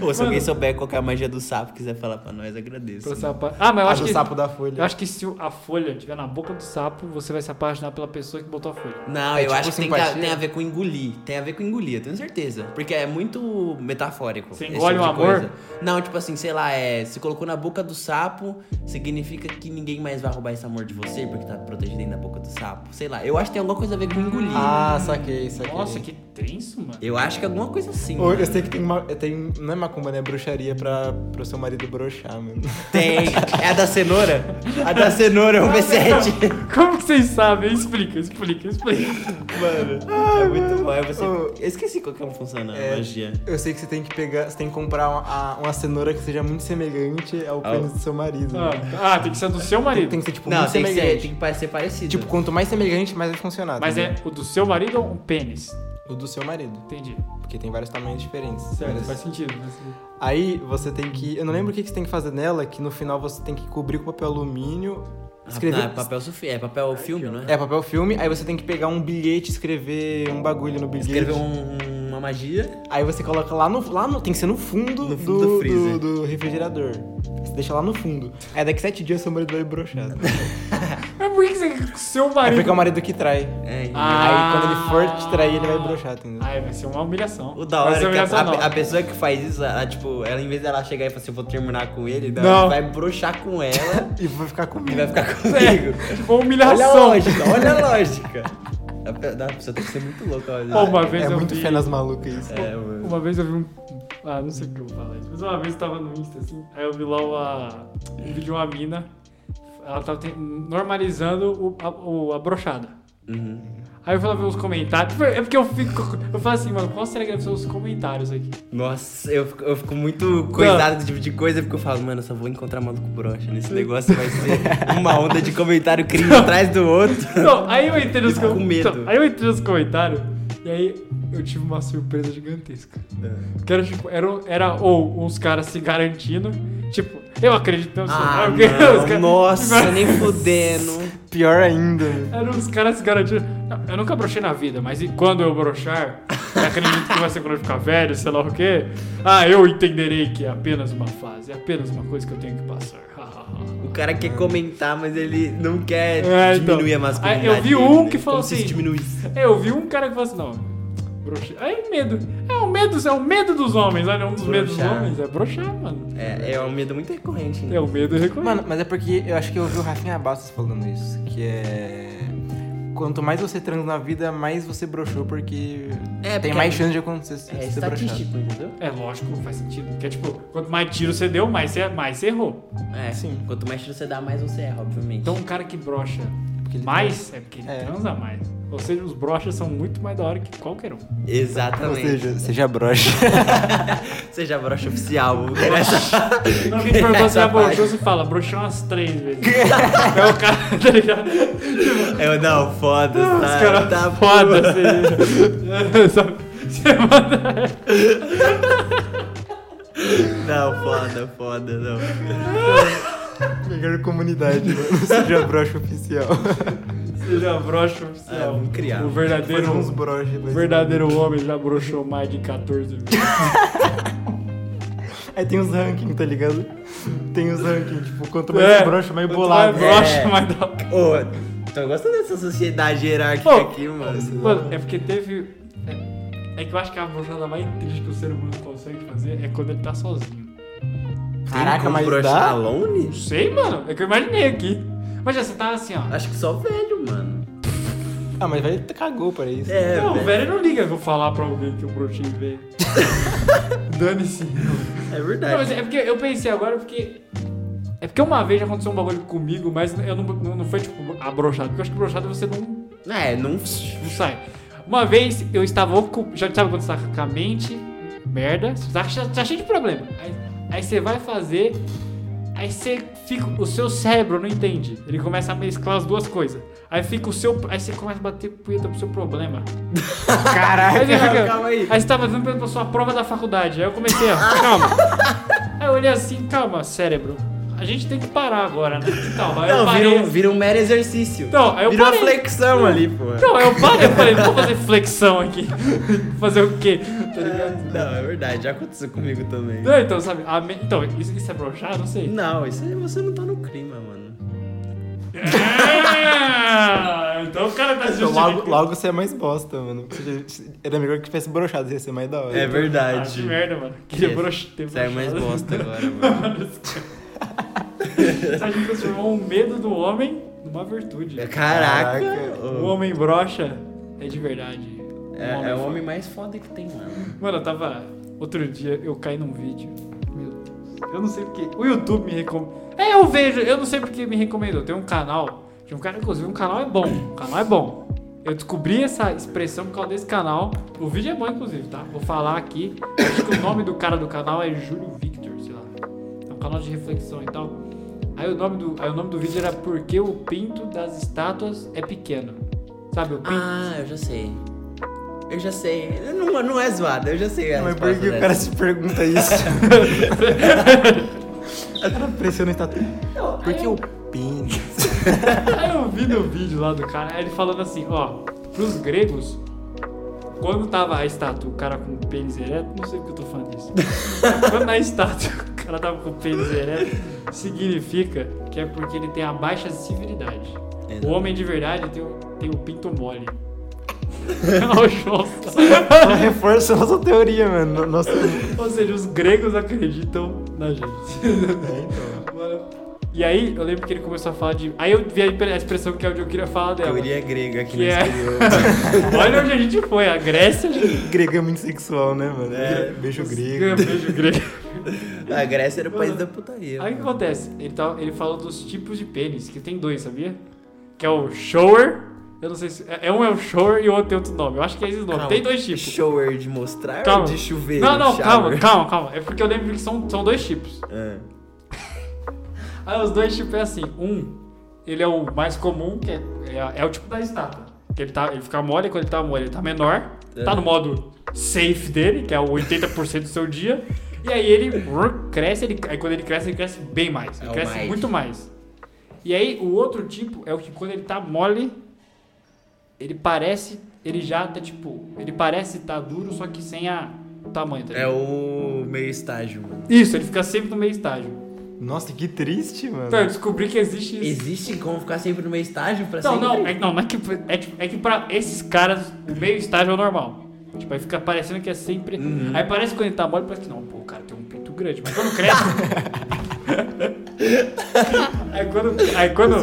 Speaker 3: Ou se alguém souber qual que é a magia do sapo, quiser falar pra nós, agradeço.
Speaker 1: Pra
Speaker 3: mano.
Speaker 1: se apa- Ah, mas eu
Speaker 2: Ah,
Speaker 1: acho
Speaker 2: do
Speaker 1: que.
Speaker 2: sapo da folha.
Speaker 1: Eu acho que se a folha estiver na boca do sapo, você vai se apaixonar pela pessoa que botou a folha.
Speaker 3: Não,
Speaker 2: É
Speaker 3: eu
Speaker 2: tipo
Speaker 3: acho que tem,
Speaker 2: simpatia?
Speaker 3: que- tem a ver com engolir. Tem a ver com engolir, eu tenho certeza. Porque é muito metafórico.
Speaker 1: Você
Speaker 3: esse
Speaker 1: engole
Speaker 3: tipo
Speaker 1: o
Speaker 3: de
Speaker 1: amor?
Speaker 3: coisa. Não, tipo assim, sei lá, é. Se colocou na boca do sapo, significa que ninguém mais vai roubar esse amor de você, porque tá protegido dentro da boca do sapo. Sei lá, eu acho que tem alguma coisa a ver com engolir.
Speaker 2: Ah, saquei, saquei.
Speaker 1: Nossa, que tenso, mano.
Speaker 3: Eu acho que é alguma coisa assim.
Speaker 2: Ou
Speaker 3: mano.
Speaker 2: Eu sei que tem, uma, tem. Não é macumba, né? É bruxaria pra, pro seu marido broxar, mano.
Speaker 3: Tem. É a da cenoura? A da cenoura é o V7.
Speaker 1: Como que vocês sabem? Explica, explica, explica.
Speaker 3: Mano, é muito bom. é Você...
Speaker 2: Ô.
Speaker 3: Eu esqueci qual que é como funciona a
Speaker 2: É.
Speaker 3: magia.
Speaker 2: Eu sei que você tem que pegar. Você tem que comprar uma, a- uma cenoura que seja muito semelhante ao
Speaker 3: Ao-
Speaker 2: pênis do seu marido. né?
Speaker 1: Ah, ah, tem que ser do seu
Speaker 2: Tem,
Speaker 1: marido.
Speaker 2: tem que ser, tipo,
Speaker 3: Não,
Speaker 2: muito
Speaker 3: tem que,
Speaker 2: semelhante.
Speaker 3: ser, tem que parecer parecido.
Speaker 2: Tipo, quanto mais semelhante, mais vai funcionar.
Speaker 1: Mas é
Speaker 2: entendeu?
Speaker 1: o do seu marido ou um pênis?
Speaker 2: O do seu marido.
Speaker 1: Entendi.
Speaker 2: Porque tem vários tamanhos diferentes.
Speaker 1: Certo,
Speaker 2: Várias-
Speaker 1: faz sentido. faz sentido.
Speaker 2: Aí você tem que. Eu não lembro o que que você tem que fazer nela, que no final você tem que cobrir com papel alumínio.
Speaker 3: Ah,
Speaker 2: Escrever.
Speaker 3: não, é papel, sufri- é papel filme, não é?
Speaker 2: É, papel filme, aí você tem que pegar um bilhete, e escrever um bagulho no bilhete.
Speaker 3: Escrever um- uma magia.
Speaker 2: Aí você coloca lá no. Lá no tem que ser no fundo,
Speaker 3: No
Speaker 2: do,
Speaker 3: fundo do freezer.
Speaker 2: do- do refrigerador. Você deixa lá no fundo. Aí daqui sete dias seu marido vai broxar.
Speaker 1: Mas por que você, seu
Speaker 2: É
Speaker 1: marido.
Speaker 2: porque é o marido que trai.
Speaker 3: É, e-
Speaker 1: Ah.
Speaker 2: Aí quando ele for te trair, ele vai broxar, entendeu?
Speaker 1: Ai, vai ser uma humilhação.
Speaker 3: O da hora
Speaker 1: vai ser
Speaker 3: é que a,
Speaker 1: humilhação,
Speaker 3: a-
Speaker 1: não.
Speaker 3: a pessoa que faz isso, ela, tipo, ela em vez dela chegar e falar assim, eu vou terminar com ele, não,
Speaker 1: Não.
Speaker 3: vai broxar com ela
Speaker 2: E vai ficar
Speaker 3: e
Speaker 2: comigo.
Speaker 3: vai ficar comigo.
Speaker 1: É, tipo, uma
Speaker 3: Olha a
Speaker 1: humilhação.
Speaker 3: lógica, olha a lógica. A pe- não, A pessoa tem que ser muito louca. olha.
Speaker 1: Pô, uma vez
Speaker 2: É
Speaker 1: eu
Speaker 2: muito
Speaker 1: vi...
Speaker 2: fé nas malucas isso.
Speaker 3: É, mano.
Speaker 1: Uma vez eu vi um. Ah, não sei o que eu vou falar isso, mas uma vez eu tava no Insta assim, aí eu vi lá uma... um vídeo de uma mina, ela tava te- normalizando o, a, o, a brochada.
Speaker 3: Uhum.
Speaker 1: Aí eu fui lá ver os comentários, foi- é porque eu fico. Eu falo assim, mano, qual será que deve ser os comentários aqui?
Speaker 3: Nossa, eu fico, eu fico muito coisado com esse tipo de coisa, porque eu falo, mano, eu só vou encontrar maluco broxa nesse negócio, vai ser uma onda de comentário cringe atrás do outro.
Speaker 1: Não, aí eu entrei nos
Speaker 3: Fico com
Speaker 1: comentários.
Speaker 3: medo.
Speaker 1: aí eu entrei nos comentários e aí eu tive uma surpresa gigantesca.
Speaker 3: É.
Speaker 1: Que era tipo, era, era ou uns caras se garantindo, tipo, eu acredito no seu
Speaker 3: Ah,
Speaker 1: porque os
Speaker 3: não,
Speaker 1: caras-
Speaker 3: nossa, nem fudendo.
Speaker 2: Pior ainda. né?
Speaker 1: Era uns caras se garantindo. Não, Eu nunca brochei na vida, mas e quando eu brochar, eu acredito que vai ser quando eu ficar velho, sei lá o quê. Ah, eu entenderei que é apenas uma fase, é apenas uma coisa que eu tenho que passar.
Speaker 3: O cara quer comentar, mas ele não quer
Speaker 1: É, então.
Speaker 3: diminuir a masculinidade.
Speaker 1: Aí eu vi
Speaker 3: dele,
Speaker 1: um
Speaker 3: né?
Speaker 1: que falou
Speaker 3: Como se
Speaker 1: assim-
Speaker 3: isso diminuísse.
Speaker 1: É, eu vi um cara que falou assim, não, brochei. Aí medo. É o medo, é o medo dos homens, olha, um dos medos dos
Speaker 3: Brochar.
Speaker 1: homens é brochar, mano.
Speaker 3: É, é um medo muito recorrente. né?
Speaker 1: É o medo recorrente.
Speaker 2: Mano, mas é porque eu acho que eu ouvi o Rafinha Bastos falando isso, que é. quanto mais você transa na vida, mais você broxou, porque
Speaker 3: É,
Speaker 2: tem
Speaker 3: porque-
Speaker 2: mais chance de acontecer de
Speaker 3: É
Speaker 2: ser broxado.
Speaker 3: estatístico, entendeu?
Speaker 1: É lógico, faz sentido. Porque, tipo, quanto mais tiro você deu, mais você, mais você errou.
Speaker 3: É,
Speaker 2: Sim.
Speaker 3: Quanto mais tiro você dá, mais você erra, obviamente.
Speaker 1: Então, um cara que brocha
Speaker 2: Porque ele
Speaker 1: mais é porque ele
Speaker 2: É.
Speaker 1: transa mais. Ou seja, os brochas são muito mais da hora que qualquer um.
Speaker 2: Ou
Speaker 3: Exatamente.
Speaker 2: seja, seja broxa.
Speaker 3: Seja broxa oficial. vou querer essa-
Speaker 1: Quando alguém te pergunta se
Speaker 3: Essa
Speaker 1: é broxou,
Speaker 3: parte.
Speaker 1: você fala, broxou umas três vezes. é o cara, tá ligado?
Speaker 3: Eu é não, foda-se.
Speaker 1: Os
Speaker 3: tá-
Speaker 1: caras
Speaker 3: tá
Speaker 1: foda, você. Sabe? Você manda.
Speaker 3: Não, foda, foda, não.
Speaker 2: Melhor comunidade, mano. Seja broxa oficial.
Speaker 1: Seja broxa oficial.
Speaker 3: Ah, vamos criar.
Speaker 1: O verdadeiro,
Speaker 2: Fazer uns broxa.
Speaker 1: o verdadeiro homem já broxou mais de 14 vezes.
Speaker 2: Aí tem os rankings, tá ligado? Tem os rankings, tipo, quanto mais
Speaker 1: É,
Speaker 2: é, broxa, mais
Speaker 1: quanto
Speaker 2: bolado.
Speaker 1: Mais broxa,
Speaker 3: É.
Speaker 1: mais da hora.
Speaker 3: Ô, tô gostando dessa sociedade hierárquica
Speaker 1: Ô,
Speaker 3: aqui, mano.
Speaker 1: Mano, é porque teve. É, é que eu acho que a brochada mais triste que o ser humano consegue fazer é quando ele tá sozinho.
Speaker 2: Caraca,
Speaker 3: Tem como
Speaker 2: mas
Speaker 3: broxar
Speaker 2: dá?
Speaker 1: Não
Speaker 3: alone?
Speaker 1: sei, mano. É que eu imaginei aqui. Imagina, você tá assim, ó.
Speaker 3: Acho que só velho, mano.
Speaker 2: Ah, mas vai cagou pra isso.
Speaker 3: É,
Speaker 1: não,
Speaker 3: velho.
Speaker 1: o velho não liga que eu falar pra alguém que o broxinho veio. Dane-se. Não, mas
Speaker 3: É verdade.
Speaker 1: é porque eu pensei agora porque. É porque uma vez já aconteceu um bagulho comigo, mas eu não, não, não foi tipo a brochada. Porque eu acho que brochada você não,
Speaker 3: É, não.
Speaker 1: não sai. Uma vez eu estava ocupado. Já sabe quando você tá com a mente, merda, você tá, che- tá cheio de problema. Aí, aí você vai fazer, aí você fica. O seu cérebro não entende. Ele começa a mesclar as duas coisas. Aí fica o seu. Aí você começa a bater punheta pro seu problema. Aí,
Speaker 2: Caraca.
Speaker 1: você fica-
Speaker 3: calma aí.
Speaker 1: aí você tá fazendo pra sua prova da faculdade. Aí eu comecei, ó, calma. Aí eu olhei assim, calma, cérebro. A gente tem que parar agora, né? Então, aí eu
Speaker 3: Não,
Speaker 1: parei.
Speaker 3: vira um, vira um mero exercício.
Speaker 1: Não, aí eu
Speaker 3: vira uma
Speaker 1: parei.
Speaker 3: flexão ali, pô.
Speaker 1: Não, aí eu parei, eu falei, não vou fazer flexão aqui. fazer o quê? Tá ligado?
Speaker 3: Não, é verdade, já aconteceu comigo também.
Speaker 1: Não, então, sabe? a me- Então, isso, isso é broxar? Não sei.
Speaker 3: Não, isso aí você não tá no clima, mano.
Speaker 1: Ah, É! então o cara tá se
Speaker 2: Então, logo,
Speaker 1: justificando.
Speaker 2: logo você é mais bosta, mano. Você já- Era melhor que tivesse broxado, ia ser mais da hora.
Speaker 3: É
Speaker 1: Ah, que
Speaker 3: verdade.
Speaker 1: merda, mano. Que
Speaker 3: Yes.
Speaker 1: broxa. ter
Speaker 3: Você é mais
Speaker 1: broxado.
Speaker 3: bosta agora, mano.
Speaker 1: Você acha que transformou um medo do homem numa virtude.
Speaker 3: É, Caraca.
Speaker 2: Caraca.
Speaker 1: O
Speaker 3: ô.
Speaker 1: homem brocha é de verdade. Um
Speaker 3: É, é o
Speaker 1: foda.
Speaker 3: homem mais foda que tem, mano.
Speaker 1: Mano, eu tava. Outro dia eu caí num vídeo. Meu Deus. Eu não sei porque. O YouTube me recomendou. É, eu vejo. Eu não sei porque me recomendou. Tem um canal. De um cara, inclusive, um canal é bom. O canal é bom. Eu descobri essa expressão por causa desse canal. O vídeo é bom, inclusive, tá? Vou falar aqui. Eu Acho que o nome do cara do canal é Júlio Victor, sei lá. É um canal de reflexão e tal. Aí o nome do, aí o nome do vídeo era Por que o pinto das estátuas é pequeno. Sabe, o pinto.
Speaker 3: Ah, eu já sei. Eu já sei. Não, não é zoada, eu já sei. A
Speaker 2: Mas por
Speaker 3: resposta
Speaker 2: que o
Speaker 3: dessa.
Speaker 2: cara se pergunta isso? o cara pressiona e tá... Por que o pinto?
Speaker 1: Aí eu vi no vídeo lá do cara, aí ele falando assim, ó, pros gregos, quando tava a estátua, o cara com o pênis ereto, não sei porque eu tô falando disso. quando na estátua o cara tava com o pênis ereto, significa que é porque ele tem a baixa civilidade.
Speaker 3: Exato.
Speaker 1: O homem de verdade tem, o- tem o pinto mole. Ó, o Josta.
Speaker 2: Só reforça a nossa teoria, mano. Nossa...
Speaker 1: Ou seja, os gregos acreditam na gente.
Speaker 2: É, então.
Speaker 1: Mano, E aí, eu lembro que ele começou a falar de. Aí eu vi a expressão que é onde eu queria falar dela.
Speaker 3: Teoria grega que
Speaker 1: Que
Speaker 3: nós
Speaker 1: é-
Speaker 3: criou.
Speaker 1: Olha onde a gente foi, a Grécia. gente.
Speaker 2: Grego é muito sexual, né, mano?
Speaker 3: É.
Speaker 2: Beijo
Speaker 1: É,
Speaker 2: grego.
Speaker 1: Beijo grego.
Speaker 3: A Grécia era o país da putaria.
Speaker 1: Aí o que
Speaker 3: mano.
Speaker 1: acontece? Ele, tá, ele fala dos tipos de pênis, que tem dois, sabia? Que é o shower. Eu não sei se. É, é um é o shower e o outro tem outro nome. Eu acho que é esse nome.
Speaker 3: Calma,
Speaker 1: Tem dois tipos.
Speaker 3: Shower de mostrar
Speaker 1: Calma.
Speaker 3: ou de chuveiro?
Speaker 1: Não, não, calma,
Speaker 3: Shower.
Speaker 1: calma, calma. É porque eu lembro que são, são dois tipos.
Speaker 3: É.
Speaker 1: Aí os dois tipos é assim, um, ele é o mais comum, que é, é, é o tipo da estátua. Que ele, tá, ele fica mole, quando ele tá mole, ele tá menor,
Speaker 3: É.
Speaker 1: tá no modo safe dele, que é o 80% do seu dia. E aí ele brrr, cresce, ele, aí quando ele cresce, ele cresce bem mais. Ele
Speaker 3: É o
Speaker 1: cresce
Speaker 3: mais.
Speaker 1: muito mais. E aí o outro tipo é o que quando ele tá mole, ele parece. Ele já tá tipo. Ele parece tá duro, só que sem a o tamanho, tá
Speaker 3: É
Speaker 1: ligado?
Speaker 3: o meio estágio, mano.
Speaker 1: Isso, ele fica sempre no meio estágio.
Speaker 2: Nossa, que triste, mano.
Speaker 1: Então eu descobri que existe isso.
Speaker 3: Existe como ficar sempre no meio estágio pra
Speaker 1: Não,
Speaker 3: sempre?
Speaker 1: não, é, não, não é que, é, tipo- é que pra esses caras o meio estágio é o normal. Tipo, aí fica parecendo que é sempre.
Speaker 2: Uhum.
Speaker 1: Aí parece que quando ele tá mole, parece que não, pô, o cara tem um pinto grande, mas quando cresce.
Speaker 2: é
Speaker 1: aí quando, aí quando,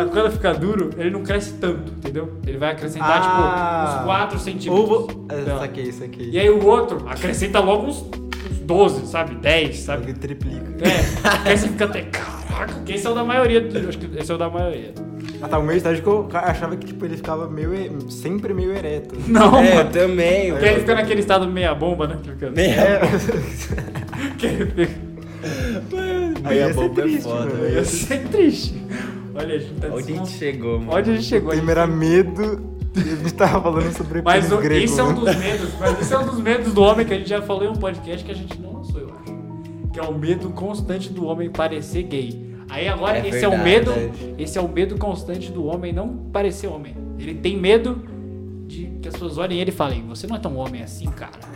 Speaker 1: aí quando fica duro, ele não cresce tanto, entendeu? entendeu? Ele vai acrescentar, tipo, uns 4 centímetros.
Speaker 2: Ah. Ou vou... É,
Speaker 1: Então,
Speaker 2: saquei, saquei.
Speaker 1: E aí o outro acrescenta logo uns, uns 12, sabe? 10, sabe?
Speaker 2: Ele triplica.
Speaker 1: É, aí você fica até, caraca, que esse é o da maioria, do- acho que esse é o da maioria.
Speaker 2: Ah, tá, o meu estágio que eu achava que tipo, ele ficava meio. e- sempre meio ereto.
Speaker 1: Não,
Speaker 3: É, eu
Speaker 1: mano.
Speaker 3: também.
Speaker 1: Porque ele fica naquele estado meia bomba, né? Que fica-
Speaker 3: Meia
Speaker 2: É.
Speaker 1: que ele fica-
Speaker 2: Aí
Speaker 3: Meia
Speaker 2: ia ser
Speaker 3: bomba é
Speaker 2: triste,
Speaker 3: foda,
Speaker 2: mano.
Speaker 3: velho.
Speaker 1: Ia ser É triste. Olha, a gente tá
Speaker 3: Onde a gente
Speaker 1: desmon-
Speaker 3: chegou, mano?
Speaker 1: Onde a gente chegou? a gente-
Speaker 2: Primeiro era medo. e A gente tava falando sobre
Speaker 1: Mas
Speaker 2: pulo
Speaker 1: o-
Speaker 2: grego,
Speaker 1: esse é um
Speaker 2: mano.
Speaker 1: dos medos, mas esse é um dos medos do homem que a gente já falou em um podcast que a gente não lançou, eu acho. Que é o medo constante do homem parecer gay. Aí agora,
Speaker 3: É
Speaker 1: esse é o medo.
Speaker 3: verdade.
Speaker 1: Esse é o medo constante do homem não parecer homem. Ele tem medo de que as pessoas olhem ele e falem, você não é tão homem assim, cara.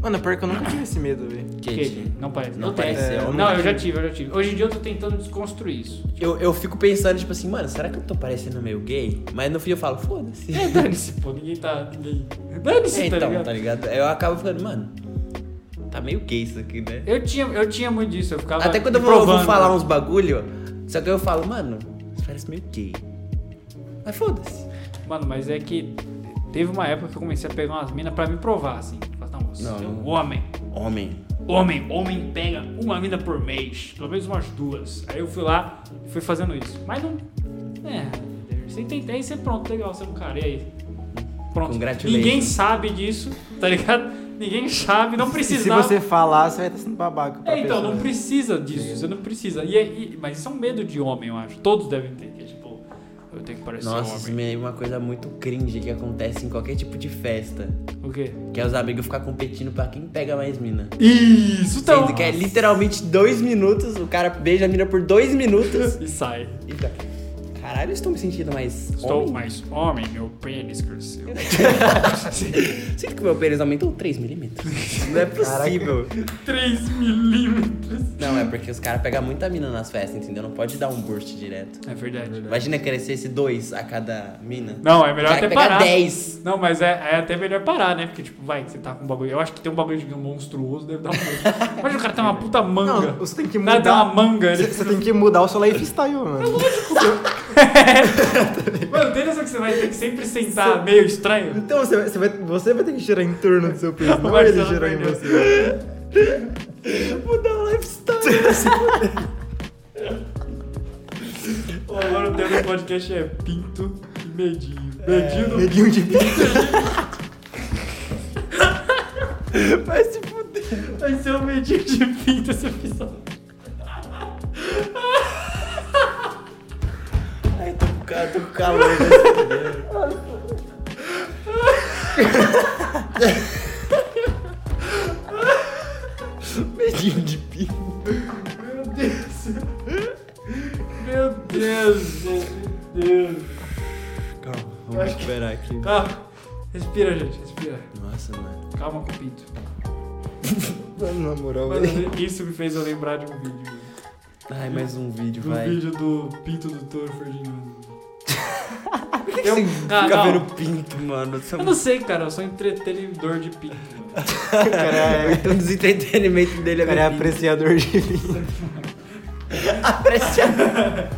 Speaker 2: Mano, pior que eu nunca tive esse medo, velho.
Speaker 1: Porque
Speaker 3: Gente,
Speaker 1: não parece.
Speaker 3: não
Speaker 1: eu tenho.
Speaker 3: parece
Speaker 2: homem.
Speaker 1: Não, eu já tive, eu já tive. Hoje em dia eu tô tentando desconstruir isso.
Speaker 3: eu, eu fico pensando, tipo assim, mano, será que eu tô parecendo meio gay? Mas no fim eu falo, foda-se.
Speaker 1: É, dane-se, pô, ninguém tá. Ninguém... Dane-se,
Speaker 3: É,
Speaker 1: tá
Speaker 3: então,
Speaker 1: ligado?
Speaker 3: tá ligado? Eu acabo ficando, mano, tá meio gay isso aqui, né?
Speaker 1: Eu tinha, eu tinha muito disso, eu ficava.
Speaker 3: Até quando eu
Speaker 1: me
Speaker 3: vou, eu vou
Speaker 1: provando. né?
Speaker 3: falar uns bagulho, só que eu falo, mano, isso parece meio gay. Mas foda-se.
Speaker 1: Mano, mas é que teve uma época que eu comecei a pegar umas minas pra me provar, assim. Falei, não, você
Speaker 3: Não,
Speaker 1: é
Speaker 3: não.
Speaker 1: um homem.
Speaker 3: Homem.
Speaker 1: Homem, homem pega uma mina por mês, pelo menos umas duas. Aí eu fui lá e fui fazendo isso. Mas não. É, você entende, aí você pronto, legal, você é um cara, e aí? Pronto.
Speaker 3: Congratulations.
Speaker 1: Ninguém sabe disso, tá ligado? Ninguém sabe, não
Speaker 2: E se
Speaker 1: precisava.
Speaker 2: você falar, você vai estar sendo babaca. pra
Speaker 1: É, então,
Speaker 2: pessoa.
Speaker 1: não precisa disso, você não precisa. E, é- e- mas isso é um medo de homem, eu acho. Todos devem ter, que é tipo, eu tenho que parecer
Speaker 3: Nossa, isso
Speaker 1: homem.
Speaker 3: me é uma coisa muito cringe que acontece em qualquer tipo de festa.
Speaker 1: O quê?
Speaker 3: Que é os amigos ficar competindo pra quem pega mais mina.
Speaker 1: Isso, então!
Speaker 3: Sendo que é literalmente dois minutos, o cara beija a mina por dois minutos
Speaker 1: E sai.
Speaker 3: e fica. Caralho, eu estou me sentindo mais.
Speaker 1: Estou
Speaker 3: homem?
Speaker 1: mais homem, meu pênis cresceu.
Speaker 3: Sinto que meu pênis aumentou 3 milímetros. Não é possível.
Speaker 1: 3 milímetros.
Speaker 3: Não, é porque os caras pegam muita mina nas festas, entendeu? Não pode dar um burst direto.
Speaker 1: É verdade.
Speaker 3: Imagina crescesse dois a cada mina.
Speaker 1: Não, é melhor
Speaker 3: Cara,
Speaker 1: até
Speaker 3: pegar
Speaker 1: parar.
Speaker 3: 10.
Speaker 1: Não, mas é, é até melhor parar, né? Porque, tipo, vai, você tá com um bagulho. Eu acho que tem um bagulho de monstruoso, deve dar um. Imagina o cara tem uma puta manga.
Speaker 2: Não, você tem que
Speaker 1: O cara
Speaker 2: mudar.
Speaker 1: tem é uma É manga.
Speaker 2: Você,
Speaker 1: Ele...
Speaker 2: você tem que mudar o seu lifestyle, mano.
Speaker 1: Mano, tem noção que você vai ter que sempre sentar meio estranho?
Speaker 2: Então você vai, você, vai, você vai ter que girar em torno do seu peso, não
Speaker 1: Marcelo
Speaker 2: ele girar em
Speaker 1: perdeu.
Speaker 2: você.
Speaker 3: Mudar o lifestyle.
Speaker 1: Ô, Agora o tema do podcast é pinto e medinho. Medinho do
Speaker 2: Neguinho de pinto.
Speaker 3: Vai se fuder.
Speaker 1: Vai ser o medinho de pinto esse episódio.
Speaker 3: Ai, tô com calor, tô com calor. vai se
Speaker 1: né?
Speaker 3: fuder. Medinho de pinto.
Speaker 1: Meu Deus. Meu Deus, meu Deus. Eu
Speaker 3: Calma,
Speaker 1: acho
Speaker 3: vamos
Speaker 1: que-
Speaker 3: esperar aqui.
Speaker 1: Calma. Respira, gente, respira.
Speaker 3: Nossa, mano.
Speaker 1: Calma com o pinto.
Speaker 2: Mano, na moral,
Speaker 1: Mano,
Speaker 2: velho.
Speaker 1: isso me fez eu lembrar de um vídeo.
Speaker 3: Ai, mais um vídeo,
Speaker 1: Do
Speaker 3: vai.
Speaker 1: vídeo do pinto do Toro Ferdinando.
Speaker 3: Eu
Speaker 1: Ah,
Speaker 3: fica
Speaker 1: não.
Speaker 3: vendo pinto, mano. Você é
Speaker 1: Eu não sei, cara, eu sou um entretenedor de pinto. mano.
Speaker 2: O cara é,
Speaker 3: um desentretenimento dele
Speaker 2: o cara é
Speaker 3: é ver pinto.
Speaker 2: apreciador de vinho.
Speaker 3: Apreciador.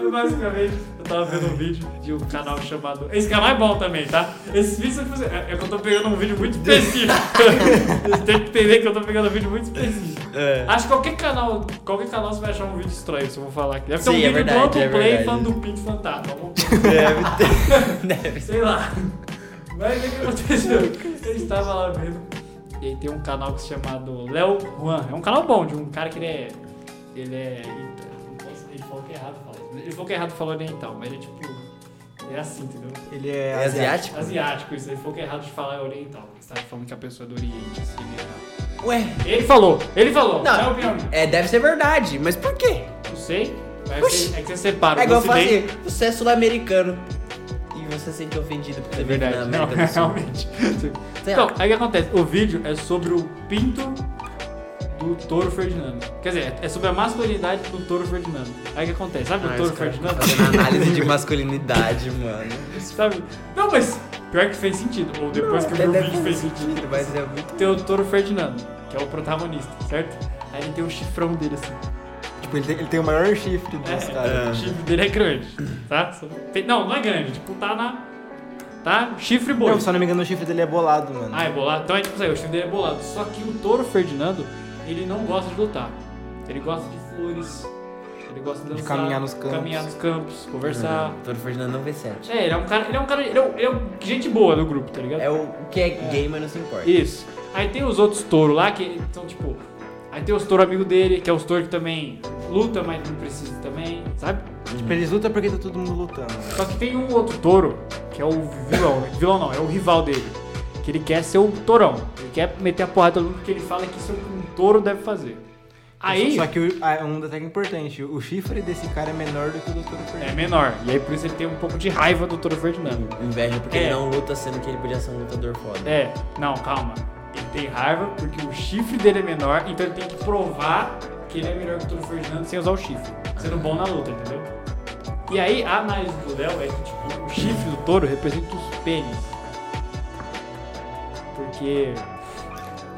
Speaker 1: Eu, Basicamente, eu tava vendo um vídeo de um canal chamado. Esse canal é bom também, tá? Esse vídeo você- é é que eu tô pegando um vídeo muito específico. Você tem que entender que eu tô pegando um vídeo muito específico.
Speaker 3: É.
Speaker 1: Acho que qualquer canal, qualquer canal você vai achar um vídeo estranho se eu vou falar aqui. Deve ser um
Speaker 3: Sim, é
Speaker 1: vídeo
Speaker 3: verdade,
Speaker 1: do Auto
Speaker 3: é
Speaker 1: Play
Speaker 3: verdade.
Speaker 1: falando do Pinto Fantasma. alguma coisa.
Speaker 3: Deve ter. Deve
Speaker 1: Sei lá. Mas o que aconteceu? Eu estava lá vendo. E aí tem um canal que se chamado Léo Juan. É um canal bom, de um cara que ele é. Ele é. eita, não posso- Ele falou que é errado falar. Ele falou que é errado falar oriental, mas ele é tipo. É assim, entendeu?
Speaker 2: Ele é,
Speaker 3: É asiático?
Speaker 1: Asiático, isso. Ele falou que é errado de falar oriental. Porque você tá falando que a pessoa é do Oriente, assim, né?
Speaker 3: Ué.
Speaker 1: Ele falou, ele falou, não, é
Speaker 3: Não,
Speaker 1: opinião. minha.
Speaker 3: é, deve ser verdade, mas por quê?
Speaker 1: Não sei. mas É
Speaker 3: Oxi.
Speaker 1: que, é que você separa o
Speaker 3: É igual
Speaker 1: ocidente.
Speaker 3: fazer, você é sul-americano e você se sente ofendido
Speaker 1: É
Speaker 3: porque você vive
Speaker 1: verdade,
Speaker 3: na
Speaker 1: não,
Speaker 3: América do Sul. é um
Speaker 1: realmente.
Speaker 3: Sei lá.
Speaker 1: Então, aí o que acontece? O vídeo é sobre o pinto do touro Ferdinando. Quer dizer, é sobre a masculinidade do touro Ferdinando. Aí o que acontece? Sabe o
Speaker 3: Ah,
Speaker 1: touro
Speaker 3: os caras
Speaker 1: Ferdinando?
Speaker 3: fazendo análise de masculinidade, mano.
Speaker 1: Sabe? Não, mas pior que fez sentido. Ou depois que eu vi o
Speaker 3: Deve
Speaker 1: vídeo
Speaker 3: fazer
Speaker 1: fez sentido.
Speaker 3: é mas é muito...
Speaker 1: Tem o touro Ferdinando, que é o protagonista, certo? Aí ele tem o chifrão um dele assim.
Speaker 2: Tipo, ele tem, ele tem o maior chifre dos
Speaker 1: É, o
Speaker 2: caras.
Speaker 1: chifre dele é grande, tá? Só tem- Não, não é grande, tipo, tá na. Tá? Chifre boi.
Speaker 2: Não, se eu não me engano, o chifre dele é bolado, mano.
Speaker 1: Ah, é bolado? Então é tipo isso aí, o chifre dele é bolado. Só que o touro Ferdinando, ele não gosta de lutar. Ele gosta de flores, ele gosta de dançar,
Speaker 2: caminhar nos campos. Uhum.
Speaker 1: caminhar nos campos, conversar.
Speaker 3: Toro Ferdinando não vê 7.
Speaker 1: É, ele é um cara, ele é um cara, ele é, um- ele é um- gente boa no grupo, tá ligado?
Speaker 3: É o o que é gay, mas não se importa.
Speaker 1: Isso. Aí tem os outros touros lá que são tipo. Aí tem os touros amigo dele, que é os touros que também luta, mas não precisa também, sabe?
Speaker 2: Tipo, eles lutam porque tá todo mundo lutando.
Speaker 1: Só que tem um outro touro, que é o vilão, né? vilão não, é o rival dele. Que ele quer ser o tourão. Ele quer meter a porrada no que ele fala que isso é o que um touro deve fazer. Aí
Speaker 2: Só que o- ah, é um detalhe importante. O chifre desse cara é menor do que o do Dr.
Speaker 1: é
Speaker 2: Fernando.
Speaker 1: menor. E aí por isso ele tem um pouco de raiva do touro Ferdinando.
Speaker 3: Inveja porque
Speaker 1: É.
Speaker 3: ele não luta, sendo que ele podia ser um lutador foda.
Speaker 1: É, não, calma. Ele tem raiva porque o chifre dele é menor, então ele tem que provar que ele é melhor que o Touro Ferdinando sem usar o chifre. Sendo bom na luta, entendeu? E aí a análise do Léo é que tipo, o chifre do touro representa os pênis. Porque.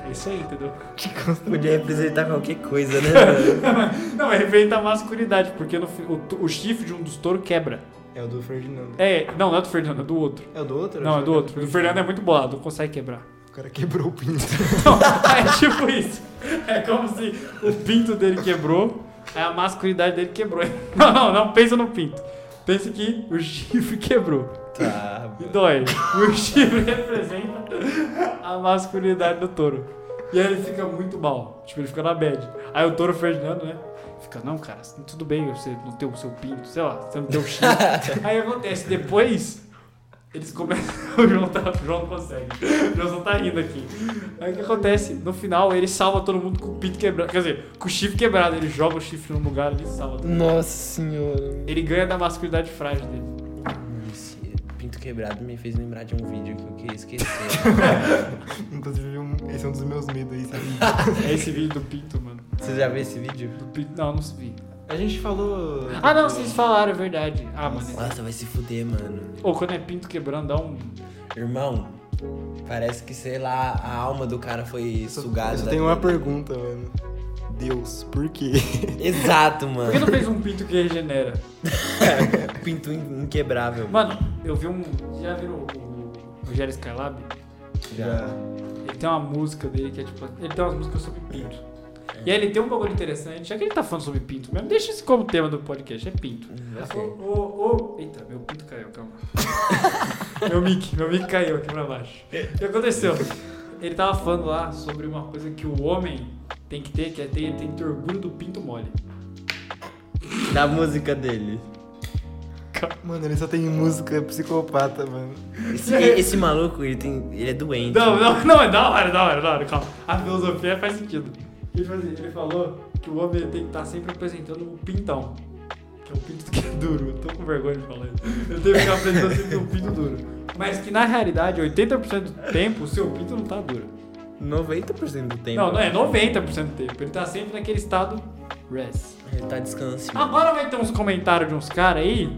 Speaker 1: É isso aí, entendeu?
Speaker 3: Podia representar qualquer coisa, né? mano?
Speaker 1: Não, mas representa a masculinidade, porque no fi- o, to- o chifre de um dos touros quebra.
Speaker 2: É o do Ferdinando.
Speaker 1: É, não, não é do Ferdinando, é do outro.
Speaker 2: É o do outro?
Speaker 1: Não, é do outro. O do Fernando é muito bolado, não consegue quebrar.
Speaker 2: O cara quebrou o pinto.
Speaker 1: Então, é tipo isso. É como se o pinto dele quebrou, aí a masculinidade dele quebrou. Não, não, não pensa no pinto. Pensa que o chifre quebrou.
Speaker 3: tá.
Speaker 1: E
Speaker 3: mano.
Speaker 1: dói. E o chifre representa a masculinidade do touro. E aí ele fica muito mal. Tipo, ele fica na bad. Aí o touro Ferdinando, né? Fica, não, cara, tudo bem você não ter o seu pinto, sei lá, você não ter o chifre. aí acontece, depois eles começam. O João, tá, o João não consegue. O João só tá rindo aqui. Aí o que acontece? No final ele salva todo mundo com o pinto quebrado. Quer dizer, com o chifre quebrado. Ele joga o chifre num lugar e salva todo mundo.
Speaker 4: Nossa senhora.
Speaker 1: Ele ganha da masculinidade frágil dele.
Speaker 3: Esse pinto quebrado me fez lembrar de um vídeo que eu queria esquecer.
Speaker 2: Inclusive, um- esse é um dos meus medos aí, sabe?
Speaker 1: É esse vídeo do pinto, mano.
Speaker 3: Você já viu esse vídeo?
Speaker 1: Do pinto. Não, não se vi.
Speaker 2: A gente falou...
Speaker 1: Ah, não, vocês falaram, é verdade. Ah, mano.
Speaker 3: Nossa, vai se fuder, mano.
Speaker 1: Ou quando é pinto quebrando, dá um.
Speaker 3: Irmão, parece que, sei lá, a alma do cara foi sugada.
Speaker 2: Eu só tenho uma
Speaker 3: dele.
Speaker 2: pergunta, mano. Deus, por quê?
Speaker 3: Exato,
Speaker 1: Por que
Speaker 3: mano.
Speaker 1: não fez um pinto que regenera?
Speaker 3: Pinto in- inquebrável.
Speaker 1: Mano, eu vi um. Já viram o o Rogério Skylab?
Speaker 3: Já.
Speaker 1: Ele tem uma música dele que é tipo. Ele tem umas músicas sobre pinto. E aí ele tem um bagulho interessante, já que ele tá falando sobre pinto mesmo, deixa isso como tema do podcast, é pinto. Ô,
Speaker 3: Ok.
Speaker 1: ô, ô. Eita, meu pinto caiu, calma. meu mic, meu mic caiu aqui pra baixo. O que aconteceu? Ele tava falando lá sobre uma coisa que o homem tem que ter, que é ter, ele tem que ter orgulho do pinto mole.
Speaker 3: Da música dele.
Speaker 2: Mano, ele só tem música psicopata, mano.
Speaker 3: Esse, esse maluco, ele, tem, ele é doente.
Speaker 1: É. Não, não, não, é da hora, da hora, da hora, calma. A filosofia faz sentido. Ele, falou assim, ele falou que o homem tem que estar sempre apresentando o pintão. Que é o pinto que é duro. Eu tô com vergonha de falar isso. Ele tem que ficar apresentando sempre o pinto duro. Mas que na realidade, 80% do tempo, o seu pinto não tá duro.
Speaker 3: 90% do tempo.
Speaker 1: Não, não é 90% do tempo. Ele tá sempre naquele estado rest.
Speaker 3: Ele tá descansando.
Speaker 1: Agora vai ter uns comentários de uns caras aí.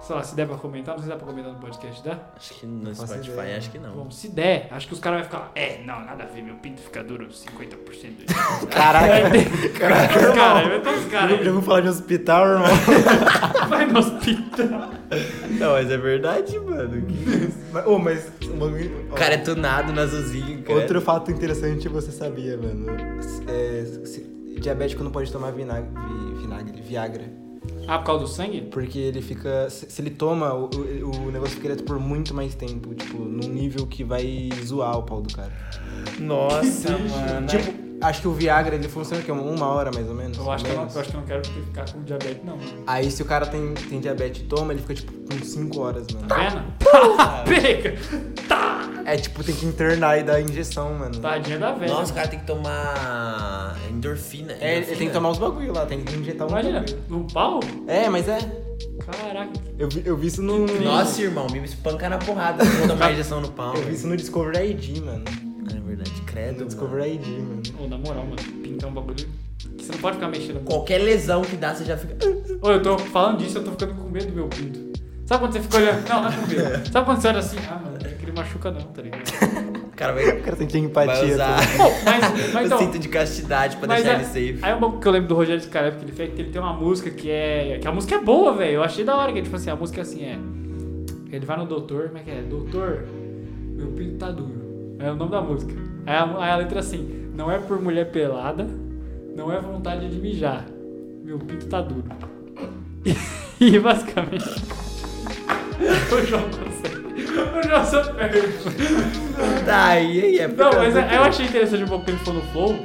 Speaker 1: Sei lá, se der pra comentar, não sei se dá pra comentar no podcast, dá?
Speaker 3: Acho que no
Speaker 2: Faço
Speaker 3: Spotify,
Speaker 2: ideia.
Speaker 3: acho que não.
Speaker 1: Bom, se der, acho que os caras vão ficar. É, não, nada a ver, meu pinto fica duro 50% do dia.
Speaker 2: Caraca, é
Speaker 1: Caraca, os caras, vai ter uns caras
Speaker 2: eu
Speaker 1: aí.
Speaker 2: vou falar de hospital, irmão.
Speaker 1: Vai no hospital.
Speaker 3: Não, mas é verdade, mano.
Speaker 2: mas, oh, mas um bagulho-
Speaker 3: O
Speaker 2: ó,
Speaker 3: cara é tunado na Zuzinho, cara.
Speaker 2: Outro fato interessante você sabia, mano. É, se- diabético não pode tomar vinagre, vi- vinagre, Viagra.
Speaker 1: Ah, por causa do sangue?
Speaker 2: Porque ele fica. Se se ele toma, o, o- o negócio fica ereto por muito mais tempo. Tipo, num nível que vai zoar o pau do cara.
Speaker 3: Nossa,
Speaker 1: Ah,
Speaker 3: mano.
Speaker 1: né?
Speaker 2: Tipo, acho que o Viagra ele funciona que é uma hora mais ou menos.
Speaker 1: Eu acho, que é eu, não,
Speaker 2: menos.
Speaker 1: eu acho que eu não quero ficar com diabetes, não.
Speaker 2: Aí se o cara tem, tem diabetes e toma, ele fica tipo com 5 horas, mano.
Speaker 1: Pena? Tá. Pega!
Speaker 2: É tipo, tem que internar e dar injeção, mano.
Speaker 1: Tadinha da velha.
Speaker 3: Nossa, o cara tem que tomar endorfina.
Speaker 2: É, ele tem que tomar os bagulho lá, tem que injetar um
Speaker 1: Imagina,
Speaker 2: bagulho.
Speaker 1: num pau?
Speaker 2: É, mas é.
Speaker 1: Caraca.
Speaker 2: Eu vi, eu vi isso no.
Speaker 3: Nossa, irmão, me espanca na porrada. Eu vou tomar injeção no pau.
Speaker 2: Eu vi isso no Discovery ID, mano.
Speaker 3: É verdade, credo.
Speaker 2: No
Speaker 3: mano.
Speaker 2: Discovery ID, mano.
Speaker 1: Ô, na moral, mano, pintar um bagulho. que Você não pode ficar mexendo. com-
Speaker 3: Qualquer lesão que dá, você já fica.
Speaker 1: Ô, eu tô falando disso, eu tô ficando com medo do meu pinto. Sabe quando você fica olhando? Não, não é com medo. Sabe quando você olha assim? Ah, mano, não é que ele machuca não, tá ligado?
Speaker 3: cara vai,
Speaker 2: O cara sentia
Speaker 3: vai
Speaker 2: empatia. tá
Speaker 3: usar
Speaker 2: sabe?
Speaker 1: Bom, mas- mas
Speaker 3: o
Speaker 1: então-
Speaker 3: cinto de castidade pra
Speaker 1: Mas
Speaker 3: deixar
Speaker 1: é-
Speaker 3: ele safe.
Speaker 1: Aí é um pouco que eu lembro do Rogério Scarpa que ele fez, que ele tem uma música que é. Que a música é boa, velho. Eu achei da hora, que é tipo assim, a música é assim é. Ele vai no doutor, como é que é? Doutor, meu pinto tá duro. É o nome da música. Aí a, aí a letra é assim, não é por mulher pelada, não é vontade de mijar. Meu pinto tá duro. E, basicamente. o João consegue. O João só perde.
Speaker 3: Tá, aí, aí é
Speaker 1: Não, mas eu achei interessante um pouco que ele falou no flow.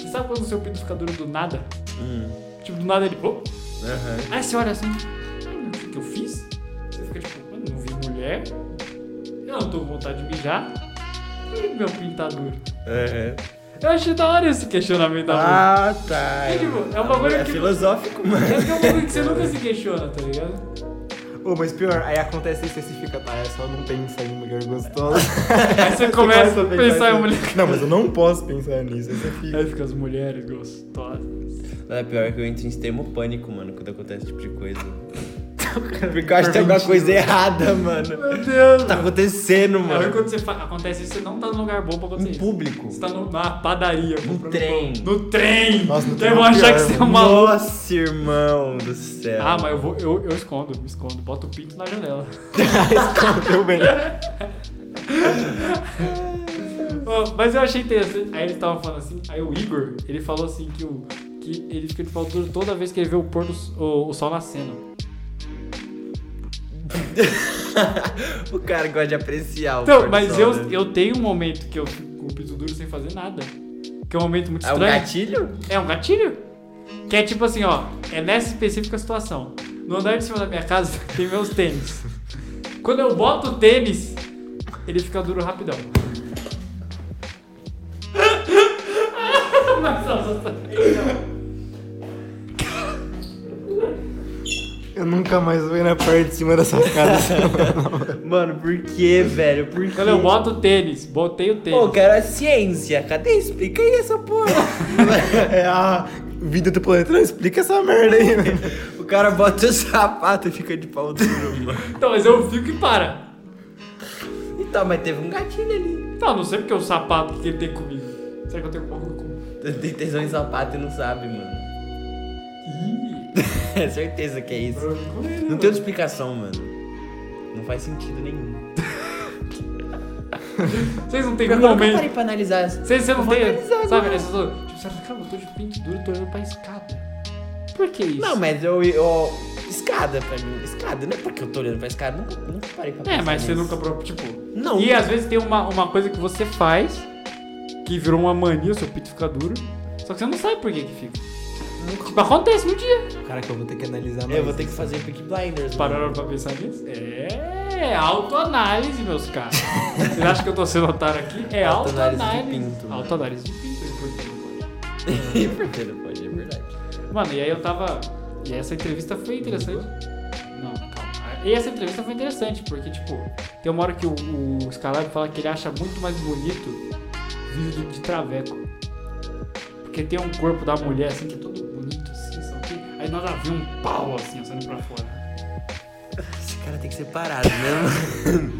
Speaker 1: Você sabe quando o seu pinto fica duro do nada?
Speaker 3: Hum,
Speaker 1: Tipo, do nada ele. Oh.
Speaker 3: aham.
Speaker 1: Aí você olha assim. "Hum, O que que eu fiz? Você fica tipo, eu não vi mulher. Eu não tô com vontade de mijar. Por que que meu pinto tá duro?
Speaker 3: Aham.
Speaker 1: Eu achei da hora esse questionamento da
Speaker 3: Ah, tá.
Speaker 1: É, tipo, é um bagulho
Speaker 3: é
Speaker 1: que-
Speaker 3: filosófico, mano.
Speaker 1: música. Esse é um bagulho que você nunca se questiona, tá ligado?
Speaker 2: Ô, mas pior, aí acontece isso e você fica, tá, eu só não pensa em mulher gostosa.
Speaker 1: Aí você começa a pensar em mulher.
Speaker 2: Não, mas eu não posso pensar nisso, aí você fica.
Speaker 1: Aí fica as mulheres gostosas.
Speaker 3: Não, é pior que eu entro em extremo pânico, mano, quando acontece esse tipo de coisa. Porque eu acho que tem alguma coisa errada, mano.
Speaker 1: Meu Deus!
Speaker 3: Tá acontecendo,
Speaker 1: É ruim
Speaker 3: mano.
Speaker 1: quando você fa- acontece isso, você não tá num lugar bom pra acontecer
Speaker 3: Em
Speaker 1: isso.
Speaker 3: público.
Speaker 1: Você tá numa padaria. comprando
Speaker 3: Um trem.
Speaker 1: pão. No trem.
Speaker 2: Nossa, no
Speaker 1: Daí
Speaker 2: trem
Speaker 1: vão
Speaker 2: é
Speaker 1: achar
Speaker 2: pior,
Speaker 1: que você é um maluco.
Speaker 3: Nossa, irmão do céu.
Speaker 1: Ah, mas eu, vou, eu, eu escondo, me escondo. Boto o pinto na janela.
Speaker 2: Escondeu bem.
Speaker 1: Ó, mas eu achei interessante. Aí eles estavam falando assim. Aí o Igor, ele falou assim que, o, que ele fica de pau duro toda vez que ele vê o pôr do s- o, o sol nascendo.
Speaker 3: O cara gosta de apreciar o pôr
Speaker 1: Então,
Speaker 3: do
Speaker 1: mas
Speaker 3: sol,
Speaker 1: eu,
Speaker 3: né?
Speaker 1: eu tenho um momento que eu fico com o pinto duro sem fazer nada. Que é um momento muito
Speaker 3: É um
Speaker 1: estranho.
Speaker 3: gatilho?
Speaker 1: É um gatilho. Que é tipo assim, ó. É nessa específica situação. No andar de cima da minha casa tem meus tênis. Quando eu boto o tênis, ele fica duro rapidão. Mas, ó, só-
Speaker 2: Eu nunca mais vou ir na parte de cima da sua casa.
Speaker 3: Mano, por que, velho? Por quê?
Speaker 1: Quando eu boto é o tênis, botei o tênis.
Speaker 3: Pô, quero a ciência. Cadê? Explica aí essa porra.
Speaker 2: é a vida do planeta, não explica essa merda aí.
Speaker 3: o cara bota o sapato e fica de pau duro, mano.
Speaker 1: Então, mas eu fico e para.
Speaker 3: Então, mas teve um gatilho ali.
Speaker 1: Então, não sei porque o sapato que ele tem comigo. Será que eu tenho um pouco no cu?
Speaker 3: Tem tesão em sapato e não sabe, mano.
Speaker 1: Ih,
Speaker 3: É certeza que é isso. Não
Speaker 1: não
Speaker 3: tem outra explicação, mano. Não faz sentido nenhum.
Speaker 1: Vocês não têm
Speaker 3: Eu
Speaker 1: um
Speaker 3: nunca
Speaker 1: momento.
Speaker 3: parei pra analisar essa.
Speaker 1: Você, você não
Speaker 3: Eu vou
Speaker 1: tem.
Speaker 3: analisar
Speaker 1: Sabe,
Speaker 3: agora.
Speaker 1: essas outras. Tipo, você fala, cara, eu tô de pinto duro, tô olhando pra escada. Por que isso?
Speaker 3: Não, mas eu, eu. Escada pra mim. Escada, não é porque eu tô olhando pra escada. Nunca, nunca parei pra
Speaker 1: É,
Speaker 3: pensar
Speaker 1: mas você
Speaker 3: nisso.
Speaker 1: nunca provou, tipo.
Speaker 3: Não.
Speaker 1: E às vezes tem uma, uma coisa que você faz que virou uma mania, o seu pinto fica duro. Só que você não sabe por que que fica. Tipo, acontece um dia.
Speaker 2: Caraca, É, eu vou ter que analisar mais.
Speaker 3: Eu vou ter que fazer Peak Blinders. mano.
Speaker 1: Pararam pra pensar nisso? É autoanálise, meus caras. Vocês acham que eu tô sendo otário aqui? É
Speaker 3: Autoanálise de
Speaker 1: autoanálise.
Speaker 3: pinto, né?
Speaker 1: Autoanálise de pinto. é importante.
Speaker 3: Por que não pode? É verdade.
Speaker 1: Mano, e aí eu tava. E essa entrevista foi interessante. Não, calma. E essa entrevista foi interessante, porque, tipo, tem uma hora que o, o Scalab fala que ele acha muito mais bonito vídeo de, de traveco. Porque tem um corpo da mulher, assim, que é todo bonito, assim, só que. Aí nós havia um pau, assim, saindo pra fora.
Speaker 3: Esse cara tem que ser parado, né? mano?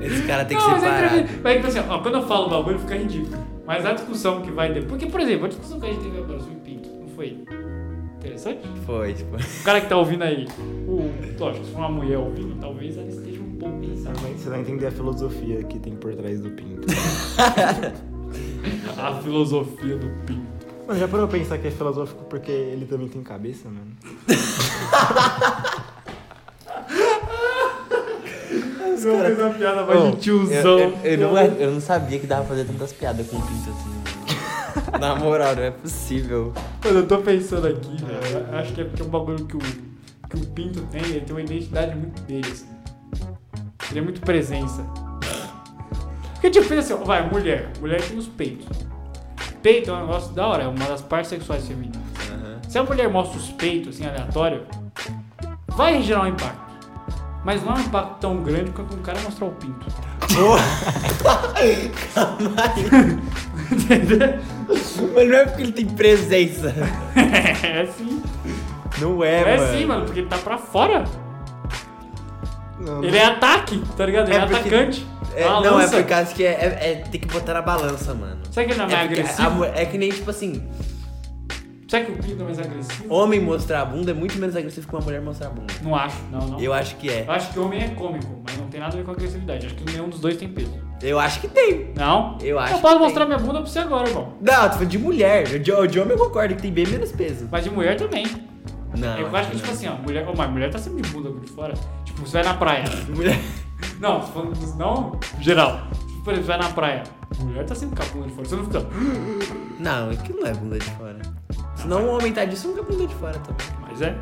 Speaker 3: Esse cara tem que
Speaker 1: não,
Speaker 3: ser
Speaker 1: mas
Speaker 3: parado.
Speaker 1: entrevista. Mas, tipo assim, ó, quando eu falo o bagulho, fica ridículo. Mas a discussão que vai depois. Porque, por exemplo, a discussão que a gente teve agora sobre pinto, não foi interessante?
Speaker 3: Foi, tipo.
Speaker 1: O cara que tá ouvindo aí, o, lógico, se for uma mulher ouvindo, talvez ela esteja um pouco pensando, mas
Speaker 2: Você vai entender a filosofia que tem por trás do pinto.
Speaker 1: a filosofia do pinto.
Speaker 2: Mano, já parou pra pensar que é filosófico porque ele também tem cabeça, mano?
Speaker 1: Os caras fez uma piada mais
Speaker 3: Ô,
Speaker 1: de tiozão.
Speaker 3: Eu, eu- eu é, não, eu não sabia que dava pra fazer tantas piadas com pinto assim. mano. Na moral, não é possível.
Speaker 1: Mano, eu tô pensando aqui, velho. eu Acho que é porque é um bagulho que o, que o pinto tem, ele tem uma identidade muito dele, assim. Ele é muito presença. Porque tipo, pensa assim, ó, vai, mulher. Mulher tem os peitos. Peito é um negócio da hora, é uma das partes sexuais femininas.
Speaker 3: Aham.
Speaker 1: Se a mulher mostra os peitos, assim, aleatório, vai gerar um impacto. Mas não é um impacto tão grande quanto um cara mostrar o pinto. Entendeu?
Speaker 3: Mas não é porque ele tem presença.
Speaker 1: É assim.
Speaker 3: Não é,
Speaker 1: É,
Speaker 3: mano.
Speaker 1: assim, mano, porque ele tá pra fora.
Speaker 2: Não,
Speaker 1: Ele é ataque, tá ligado? Ele é,
Speaker 3: É porque-
Speaker 1: atacante.
Speaker 3: É,
Speaker 1: Balança.
Speaker 3: não, é por causa que é, é- é- tem que botar na balança, mano.
Speaker 1: Será que ele não é mais
Speaker 3: É, porque a- a
Speaker 1: agressivo?
Speaker 3: mu- é que nem, tipo assim,
Speaker 1: Será que o clipe não é mais agressivo?
Speaker 3: homem mostrar a bunda é muito menos agressivo que uma mulher mostrar a bunda.
Speaker 1: Não acho, não, não.
Speaker 3: Eu acho que é.
Speaker 1: Eu acho que homem é cômico, mas não tem nada a ver com agressividade. Acho que nenhum dos dois tem peso.
Speaker 3: Eu acho que tem.
Speaker 1: Não?
Speaker 3: Eu acho
Speaker 1: Eu posso
Speaker 3: que
Speaker 1: mostrar
Speaker 3: tem.
Speaker 1: minha bunda pra você agora, irmão.
Speaker 3: Não, tu falando de mulher. De, de homem eu concordo que tem bem menos peso.
Speaker 1: Mas de mulher também.
Speaker 3: Não.
Speaker 1: eu acho que, tipo
Speaker 3: não.
Speaker 1: assim, ó, mulher, ó, mas mulher tá sempre de bunda de fora. Tipo, você vai na praia.
Speaker 3: Mulher.
Speaker 1: Não, tô falando disso, não geral. Tipo, por exemplo, você vai na praia. Mulher tá sempre com a bunda de fora. Você não fica. "Hum,
Speaker 3: Não, aquilo não é bunda de fora. Senão o homem tá disso, nunca é bunda de fora também.
Speaker 1: Mas é.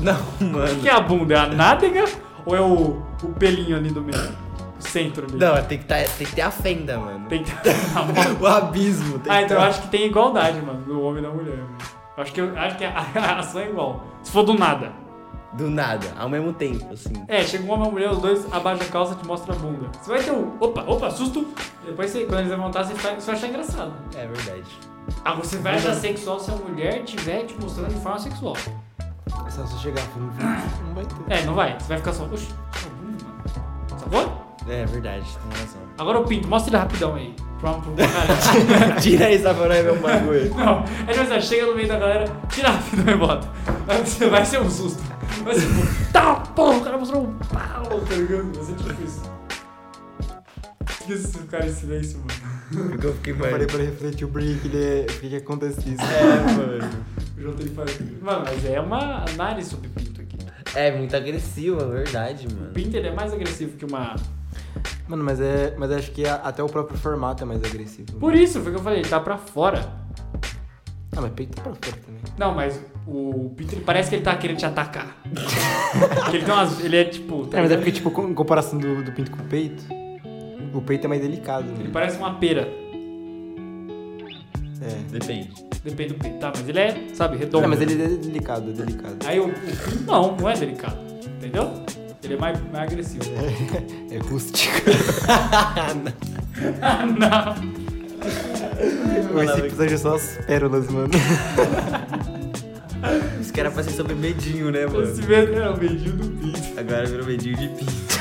Speaker 3: Não,
Speaker 1: O
Speaker 3: mano.
Speaker 1: que é a bunda? É a nádega ou é o, o pelinho ali do meio? O centro ali?
Speaker 3: Não, tem que, tá, tem que ter a fenda, mano.
Speaker 1: Tem que. tá
Speaker 3: O abismo. Tem
Speaker 1: ah,
Speaker 3: que
Speaker 1: então eu
Speaker 3: ter-
Speaker 1: acho que tem igualdade, mano, do homem e da mulher. Mano. Eu acho que, eu acho que a, a ação é igual. Se for do nada.
Speaker 3: Do nada, ao mesmo tempo, assim.
Speaker 1: É, chega um homem e uma mulher, os dois abaixam a calça e te mostra a bunda. Você vai ter um. Opa, opa, susto. Depois, você, quando eles levantar, você, vai- você vai achar engraçado.
Speaker 3: É verdade.
Speaker 1: Ah, você vai achar sexual se a mulher tiver te mostrando de forma sexual.
Speaker 2: Se ela só chegar falando, não vai ter.
Speaker 1: É, não vai. Você vai ficar só. Oxi, sua bunda, mano. Sacou?
Speaker 3: É verdade, tem razão.
Speaker 1: Agora o pinto, mostra ele rapidão aí. Pra, pra, pra caralho.
Speaker 3: Tira aí, Safarai, meu bagulho.
Speaker 1: Não, é tipo assim, ó, chega no meio da galera, tira rápido e bota. Vai ser- Vai ser um susto. Vai ser tipo, tá, porra, o cara mostrou um pau, tá ligado? Vai ser tipo isso. Isso, cara, em silêncio, mano.
Speaker 3: Ficou que
Speaker 2: Eu
Speaker 3: mano.
Speaker 2: parei pra refletir o break, ele é. O que que acontece isso?
Speaker 3: É, mano.
Speaker 1: O João tem que fazer. Mano, mas é uma análise sobre pinto aqui.
Speaker 3: É muito agressivo, é verdade, mano.
Speaker 1: O pinto ele é mais agressivo que uma.
Speaker 2: Mano, mas é. Mas acho que a- até o próprio formato é mais agressivo.
Speaker 1: Por isso foi que eu falei, tá pra fora.
Speaker 2: Ah, mas peito tá pra fora também.
Speaker 1: Não, mas o pinto ele parece que ele tá querendo te atacar. Porque ele tem umas. Ele é tipo. tá
Speaker 2: É, mas é
Speaker 1: ligado?
Speaker 2: porque, tipo, com- em comparação do, do pinto com o peito, o peito é mais delicado, né?
Speaker 1: Ele parece uma pera.
Speaker 2: É.
Speaker 3: Depende.
Speaker 1: Depende do pinto. Tá, mas ele é, sabe, redondo.
Speaker 2: Não, mas ele é delicado, é delicado.
Speaker 1: Aí o, o fim, não, não é delicado. Entendeu? Ele é mais, mais agressivo.
Speaker 2: É rústico.
Speaker 1: Ah, não.
Speaker 2: Esse episódio é só as pérolas, mano.
Speaker 3: Os caras fazem sobre medinho, né, mano?
Speaker 1: Esse mesmo é o beijinho do pinto.
Speaker 3: Agora virou medinho de pinto.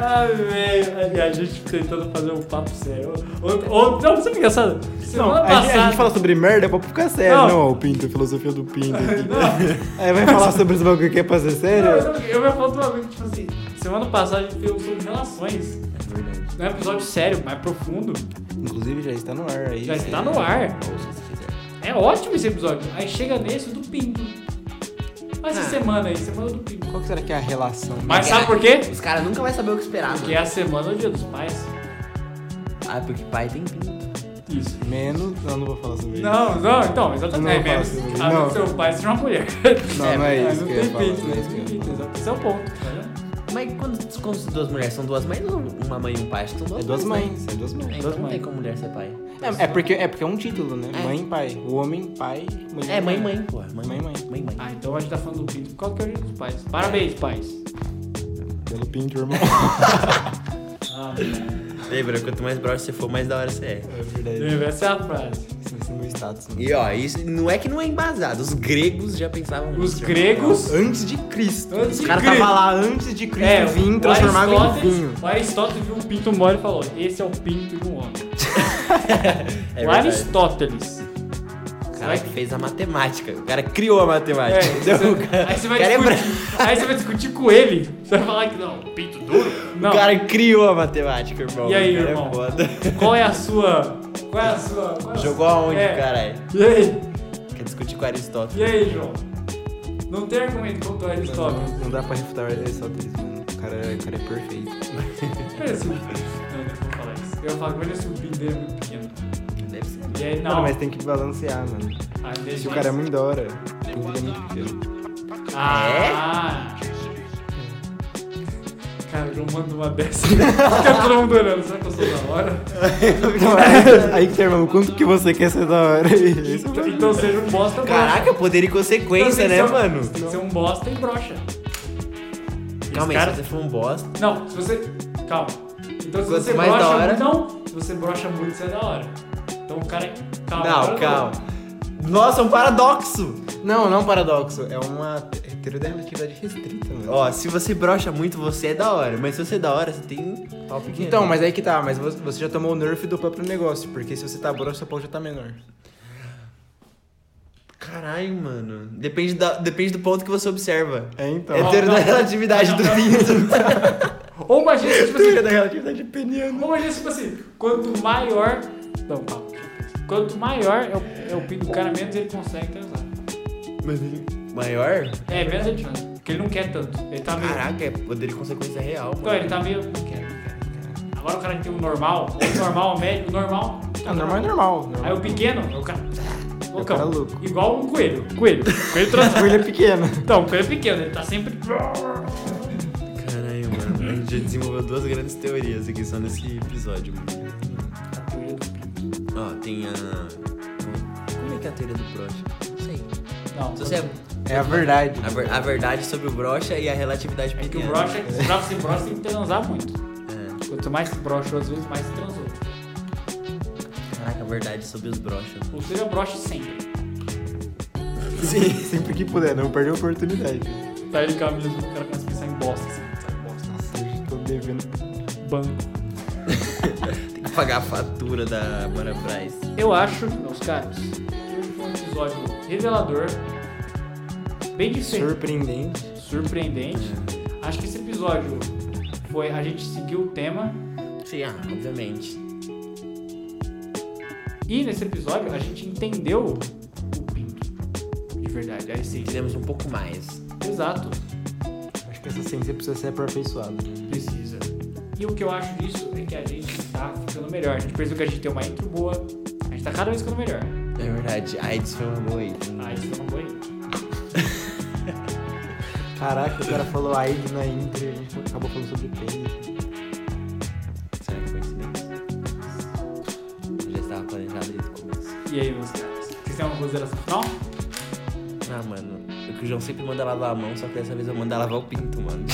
Speaker 2: Ah,
Speaker 1: Ai, velho. E a gente tentando fazer um papo sério. Outro, outro, não, sabe o que é engraçado?
Speaker 2: Não,
Speaker 1: Semana
Speaker 2: a, gente- a
Speaker 1: passada...
Speaker 2: gente fala sobre merda pra ficar sério.
Speaker 1: Não.
Speaker 2: Não, ó, o Pinto, a filosofia do Pinto. aqui.
Speaker 1: Não,
Speaker 2: Aí vai falar sobre os bagulho que é pra ser
Speaker 1: não,
Speaker 2: sério?
Speaker 1: sabe o quê? eu me falo do amigo, tipo assim, semana passada a gente fez um sobre relações.
Speaker 3: É verdade.
Speaker 1: É um episódio sério, mais profundo.
Speaker 2: Inclusive já está no ar aí.
Speaker 1: Já está no ar.
Speaker 3: Ouça se quiser.
Speaker 1: É ótimo esse episódio. Aí chega nesse do pinto. Mas essa
Speaker 3: Ah.
Speaker 1: semana aí, semana do pinto.
Speaker 2: Qual que será que é a relação?
Speaker 1: Mas sabe por quê?
Speaker 3: Os caras nunca vão saber o que esperar,
Speaker 1: Porque é a semana do dia dos pais.
Speaker 3: mano. Ah, porque pai tem pinto.
Speaker 1: Isso.
Speaker 2: Menos. Não, não vou falar sobre isso.
Speaker 1: Não, não, então,
Speaker 2: Não
Speaker 1: exatamente. é
Speaker 2: faço
Speaker 1: mesmo.
Speaker 2: isso.
Speaker 1: A
Speaker 2: Não.
Speaker 1: não. seu pai seja uma mulher.
Speaker 2: Não, não é
Speaker 1: Mas
Speaker 2: isso
Speaker 1: não
Speaker 2: que eu
Speaker 1: tem
Speaker 2: ia falar,
Speaker 1: pinto,
Speaker 2: não é
Speaker 1: não
Speaker 2: isso que eu
Speaker 1: tem
Speaker 2: ia
Speaker 1: pinto,
Speaker 2: falar.
Speaker 1: exato. Esse é o ponto. tá vendo?
Speaker 3: Mas quando, quando são duas mulheres, são duas mães ou uma mãe e um pai? Acho que São duas
Speaker 2: É duas
Speaker 3: né?
Speaker 2: mães, é duas
Speaker 3: É,
Speaker 2: mães.
Speaker 3: então
Speaker 1: Duas
Speaker 3: não tem
Speaker 1: mães.
Speaker 3: como mulher ser pai.
Speaker 2: É, é porque, é porque é um título, né?
Speaker 3: É.
Speaker 2: Mãe e pai. O homem, pai, mulher.
Speaker 3: É, mãe, mãe, porra. Mãe,
Speaker 2: Mãe,
Speaker 3: mãe.
Speaker 2: mãe.
Speaker 3: Mãe, mãe.
Speaker 1: Ah, então a gente tá falando do pinto por causa que é o dia dos pais. Parabéns, pais.
Speaker 2: Pelo Pinto, irmão.
Speaker 1: Ah,
Speaker 3: Lembra, quanto mais broxa você for, mais da hora você é.
Speaker 2: É verdade.
Speaker 1: Lembra, essa é a frase.
Speaker 2: Esse vai ser meu status. mano.
Speaker 3: E ó, isso não é que não é embasado. Os gregos já pensavam nisso.
Speaker 1: Os gregos.
Speaker 2: Antes de Cristo.
Speaker 1: Antes
Speaker 2: Os
Speaker 1: de
Speaker 2: caras
Speaker 1: Cristo.
Speaker 2: estavam lá antes de Cristo
Speaker 1: É,
Speaker 2: vir,
Speaker 1: o
Speaker 2: transformavam em
Speaker 1: Aristóteles-
Speaker 2: vinho.
Speaker 1: O Aristóteles viu um pinto mole e falou: Esse é o pinto de um homem.
Speaker 3: É
Speaker 1: o
Speaker 3: verdade.
Speaker 1: Aristóteles.
Speaker 3: O cara que fez a matemática. O cara criou a
Speaker 1: É,
Speaker 3: matemática.
Speaker 2: um
Speaker 3: entendeu? O
Speaker 1: você-
Speaker 3: cara-
Speaker 1: aí, você vai
Speaker 3: o cara é
Speaker 1: discutir, aí você vai discutir com ele. Você vai falar que não, pinto duro. Não.
Speaker 3: O cara criou a matemática, irmão.
Speaker 1: E aí,
Speaker 3: O cara é
Speaker 1: irmão?
Speaker 3: foda.
Speaker 1: Qual é a sua. Qual é a sua. qual é a
Speaker 3: Jogou
Speaker 1: sua-
Speaker 3: aonde,
Speaker 1: É.
Speaker 3: caralho?
Speaker 1: E aí?
Speaker 3: Quer discutir com
Speaker 1: E
Speaker 3: Aristóteles.
Speaker 1: aí, João? Não tem argumento contra o Aristóteles.
Speaker 2: Não dá pra refutar Aristóteles, mano. O cara, o cara é perfeito.
Speaker 1: Parece um. Não, não vou falar isso. Eu falo que parece um pinto dele muito pequeno.
Speaker 3: Deve ser.
Speaker 1: E aí, não.
Speaker 2: Mano, mas tem que balancear, mano.
Speaker 1: Ah,
Speaker 2: Se
Speaker 1: deixa
Speaker 2: o cara é muito da hora, tem que muito pequeno.
Speaker 1: Ah! Cara, o João manda uma dessa. Fica todo mundo olhando. Será que eu sou da hora?
Speaker 2: Não, aí, aí que tá, irmão. Quanto que você quer ser da hora? Isso é
Speaker 1: Então, então seja um bosta broxa.
Speaker 3: Caraca, poder e consequência,
Speaker 1: Então, tem que
Speaker 3: né,
Speaker 1: ser um-
Speaker 3: mano?
Speaker 1: Tem que ser um bosta e brocha.
Speaker 3: Calma aí,
Speaker 1: Esse cara-
Speaker 3: se você for um bosta.
Speaker 1: Não, se você. Calma. Então se
Speaker 3: Quanto
Speaker 1: você
Speaker 3: mais
Speaker 1: brocha
Speaker 3: da hora-
Speaker 1: muito. Não, se você brocha muito, você é da hora. Então o cara. Calma.
Speaker 3: Não,
Speaker 1: agora
Speaker 3: calma. Nossa, é um paradoxo.
Speaker 2: Não, não é um paradoxo. É uma Hétero daí é uma atividade restrita, mano.
Speaker 3: Ó, se você brocha muito, você é da hora. Mas se você é da hora, você tem um pau pequeno.
Speaker 2: Então, mas aí que tá, mas vo- você já tomou o nerf do próprio negócio, porque se você tá broxa, seu pau já tá menor.
Speaker 3: Caralho, mano. Depende, da, depende do ponto que você observa.
Speaker 2: É então.
Speaker 3: É ter
Speaker 1: não,
Speaker 3: da
Speaker 1: não.
Speaker 3: relatividade do pinto.
Speaker 1: Ou imagina, tipo assim,
Speaker 2: da relatividade peniana.
Speaker 1: ou imagina, tipo assim, quanto maior. Não, calma. Quanto maior é o, é o pinto do cara, menos ele consegue transar.
Speaker 2: Mas ele-
Speaker 3: Maior?
Speaker 1: É, menos ele transa. Porque ele não quer tanto. Ele tá meio.
Speaker 3: Caraca, é poder de consequência real.
Speaker 1: Então, ele tá meio. Não quero, não quero, não quero. Agora o cara que tem o normal, o normal, o médio, o normal.
Speaker 2: Ah, normal é normal. normal.
Speaker 1: Aí o pequeno, o cara.
Speaker 2: O
Speaker 1: Loucão.
Speaker 2: cara é louco.
Speaker 1: Igual um coelho. Coelho. Coelho transando.
Speaker 2: Ele é pequeno.
Speaker 1: Então, o coelho é pequeno, ele tá sempre.
Speaker 3: Caralho, mano. A gente já desenvolveu duas grandes teorias aqui só nesse episódio, mano. Ó, tem a. Como é que é a teoria do brocha? Não sei.
Speaker 1: Não,
Speaker 3: Se você é
Speaker 2: É a verdade.
Speaker 3: a, ver- a verdade sobre o brocha e a relatividade
Speaker 1: é que
Speaker 3: pequena.
Speaker 1: o brocha, pra se brocha, tem que transar muito.
Speaker 3: É.
Speaker 1: Quanto mais brocha, às vezes, mais se transou.
Speaker 3: Caraca, a verdade sobre os brochas.
Speaker 1: Ou seja, brocha sempre.
Speaker 3: Sim.
Speaker 2: É Sempre que puder, não perder a oportunidade.
Speaker 1: Tá de camisa, o cara começa a pensar em bosta, assim. sabe? Bosta.
Speaker 2: Nossa, eu tô devendo.
Speaker 1: Banco.
Speaker 3: Tem que pagar a fatura da Marabras.
Speaker 1: Eu acho, meus caros, que hoje foi um episódio revelador, bem diferente.
Speaker 2: Surpreendente.
Speaker 1: surpreendente.
Speaker 3: É.
Speaker 1: Acho que esse episódio foi. A gente seguiu o tema.
Speaker 3: Sim, ah, obviamente.
Speaker 1: E nesse episódio a gente entendeu o pinto. De verdade, a essência.
Speaker 3: Queremos um pouco mais.
Speaker 1: Exato.
Speaker 2: Acho que essa ciência precisa ser aperfeiçoada.
Speaker 1: Precisa. E o que eu acho disso é que a gente tá ficando melhor. A gente percebeu que a gente tem uma intro boa. A gente tá cada vez ficando melhor.
Speaker 3: É verdade, AIDS foi uma boa ida.
Speaker 1: Ah, isso foi uma boa intro.
Speaker 2: Caraca, o cara falou AIDS na intro e a gente acabou falando sobre pênis.
Speaker 3: Será que coincidência? Eu já estava planejado desde o começo.
Speaker 1: E aí, meus caros? Vocês têm alguma consideração final?
Speaker 3: Ah, mano, é que o João sempre manda lavar a mão, só que dessa vez eu mando ela lavar o pinto, mano.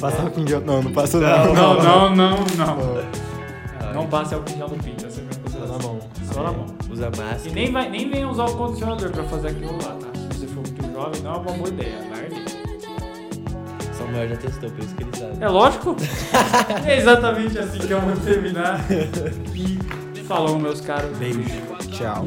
Speaker 2: Passava com gel. Não, não passou não.
Speaker 1: não, não, não.
Speaker 2: Não.
Speaker 1: Ah, Não passe álcool em gel no pinto, essa é a minha
Speaker 2: Passou na
Speaker 1: consideração.
Speaker 2: mão.
Speaker 1: Só na mão.
Speaker 3: Usa
Speaker 1: E
Speaker 3: máscara.
Speaker 1: nem, vai, nem venha usar o condicionador pra fazer aquilo lá, tá? Se você for muito jovem, não é uma boa ideia, larga.
Speaker 3: Samuel já testou, por isso que ele sabe.
Speaker 1: É lógico. é exatamente assim que eu vou terminar. E falou, meus caros.
Speaker 3: Beijo.
Speaker 2: Tchau.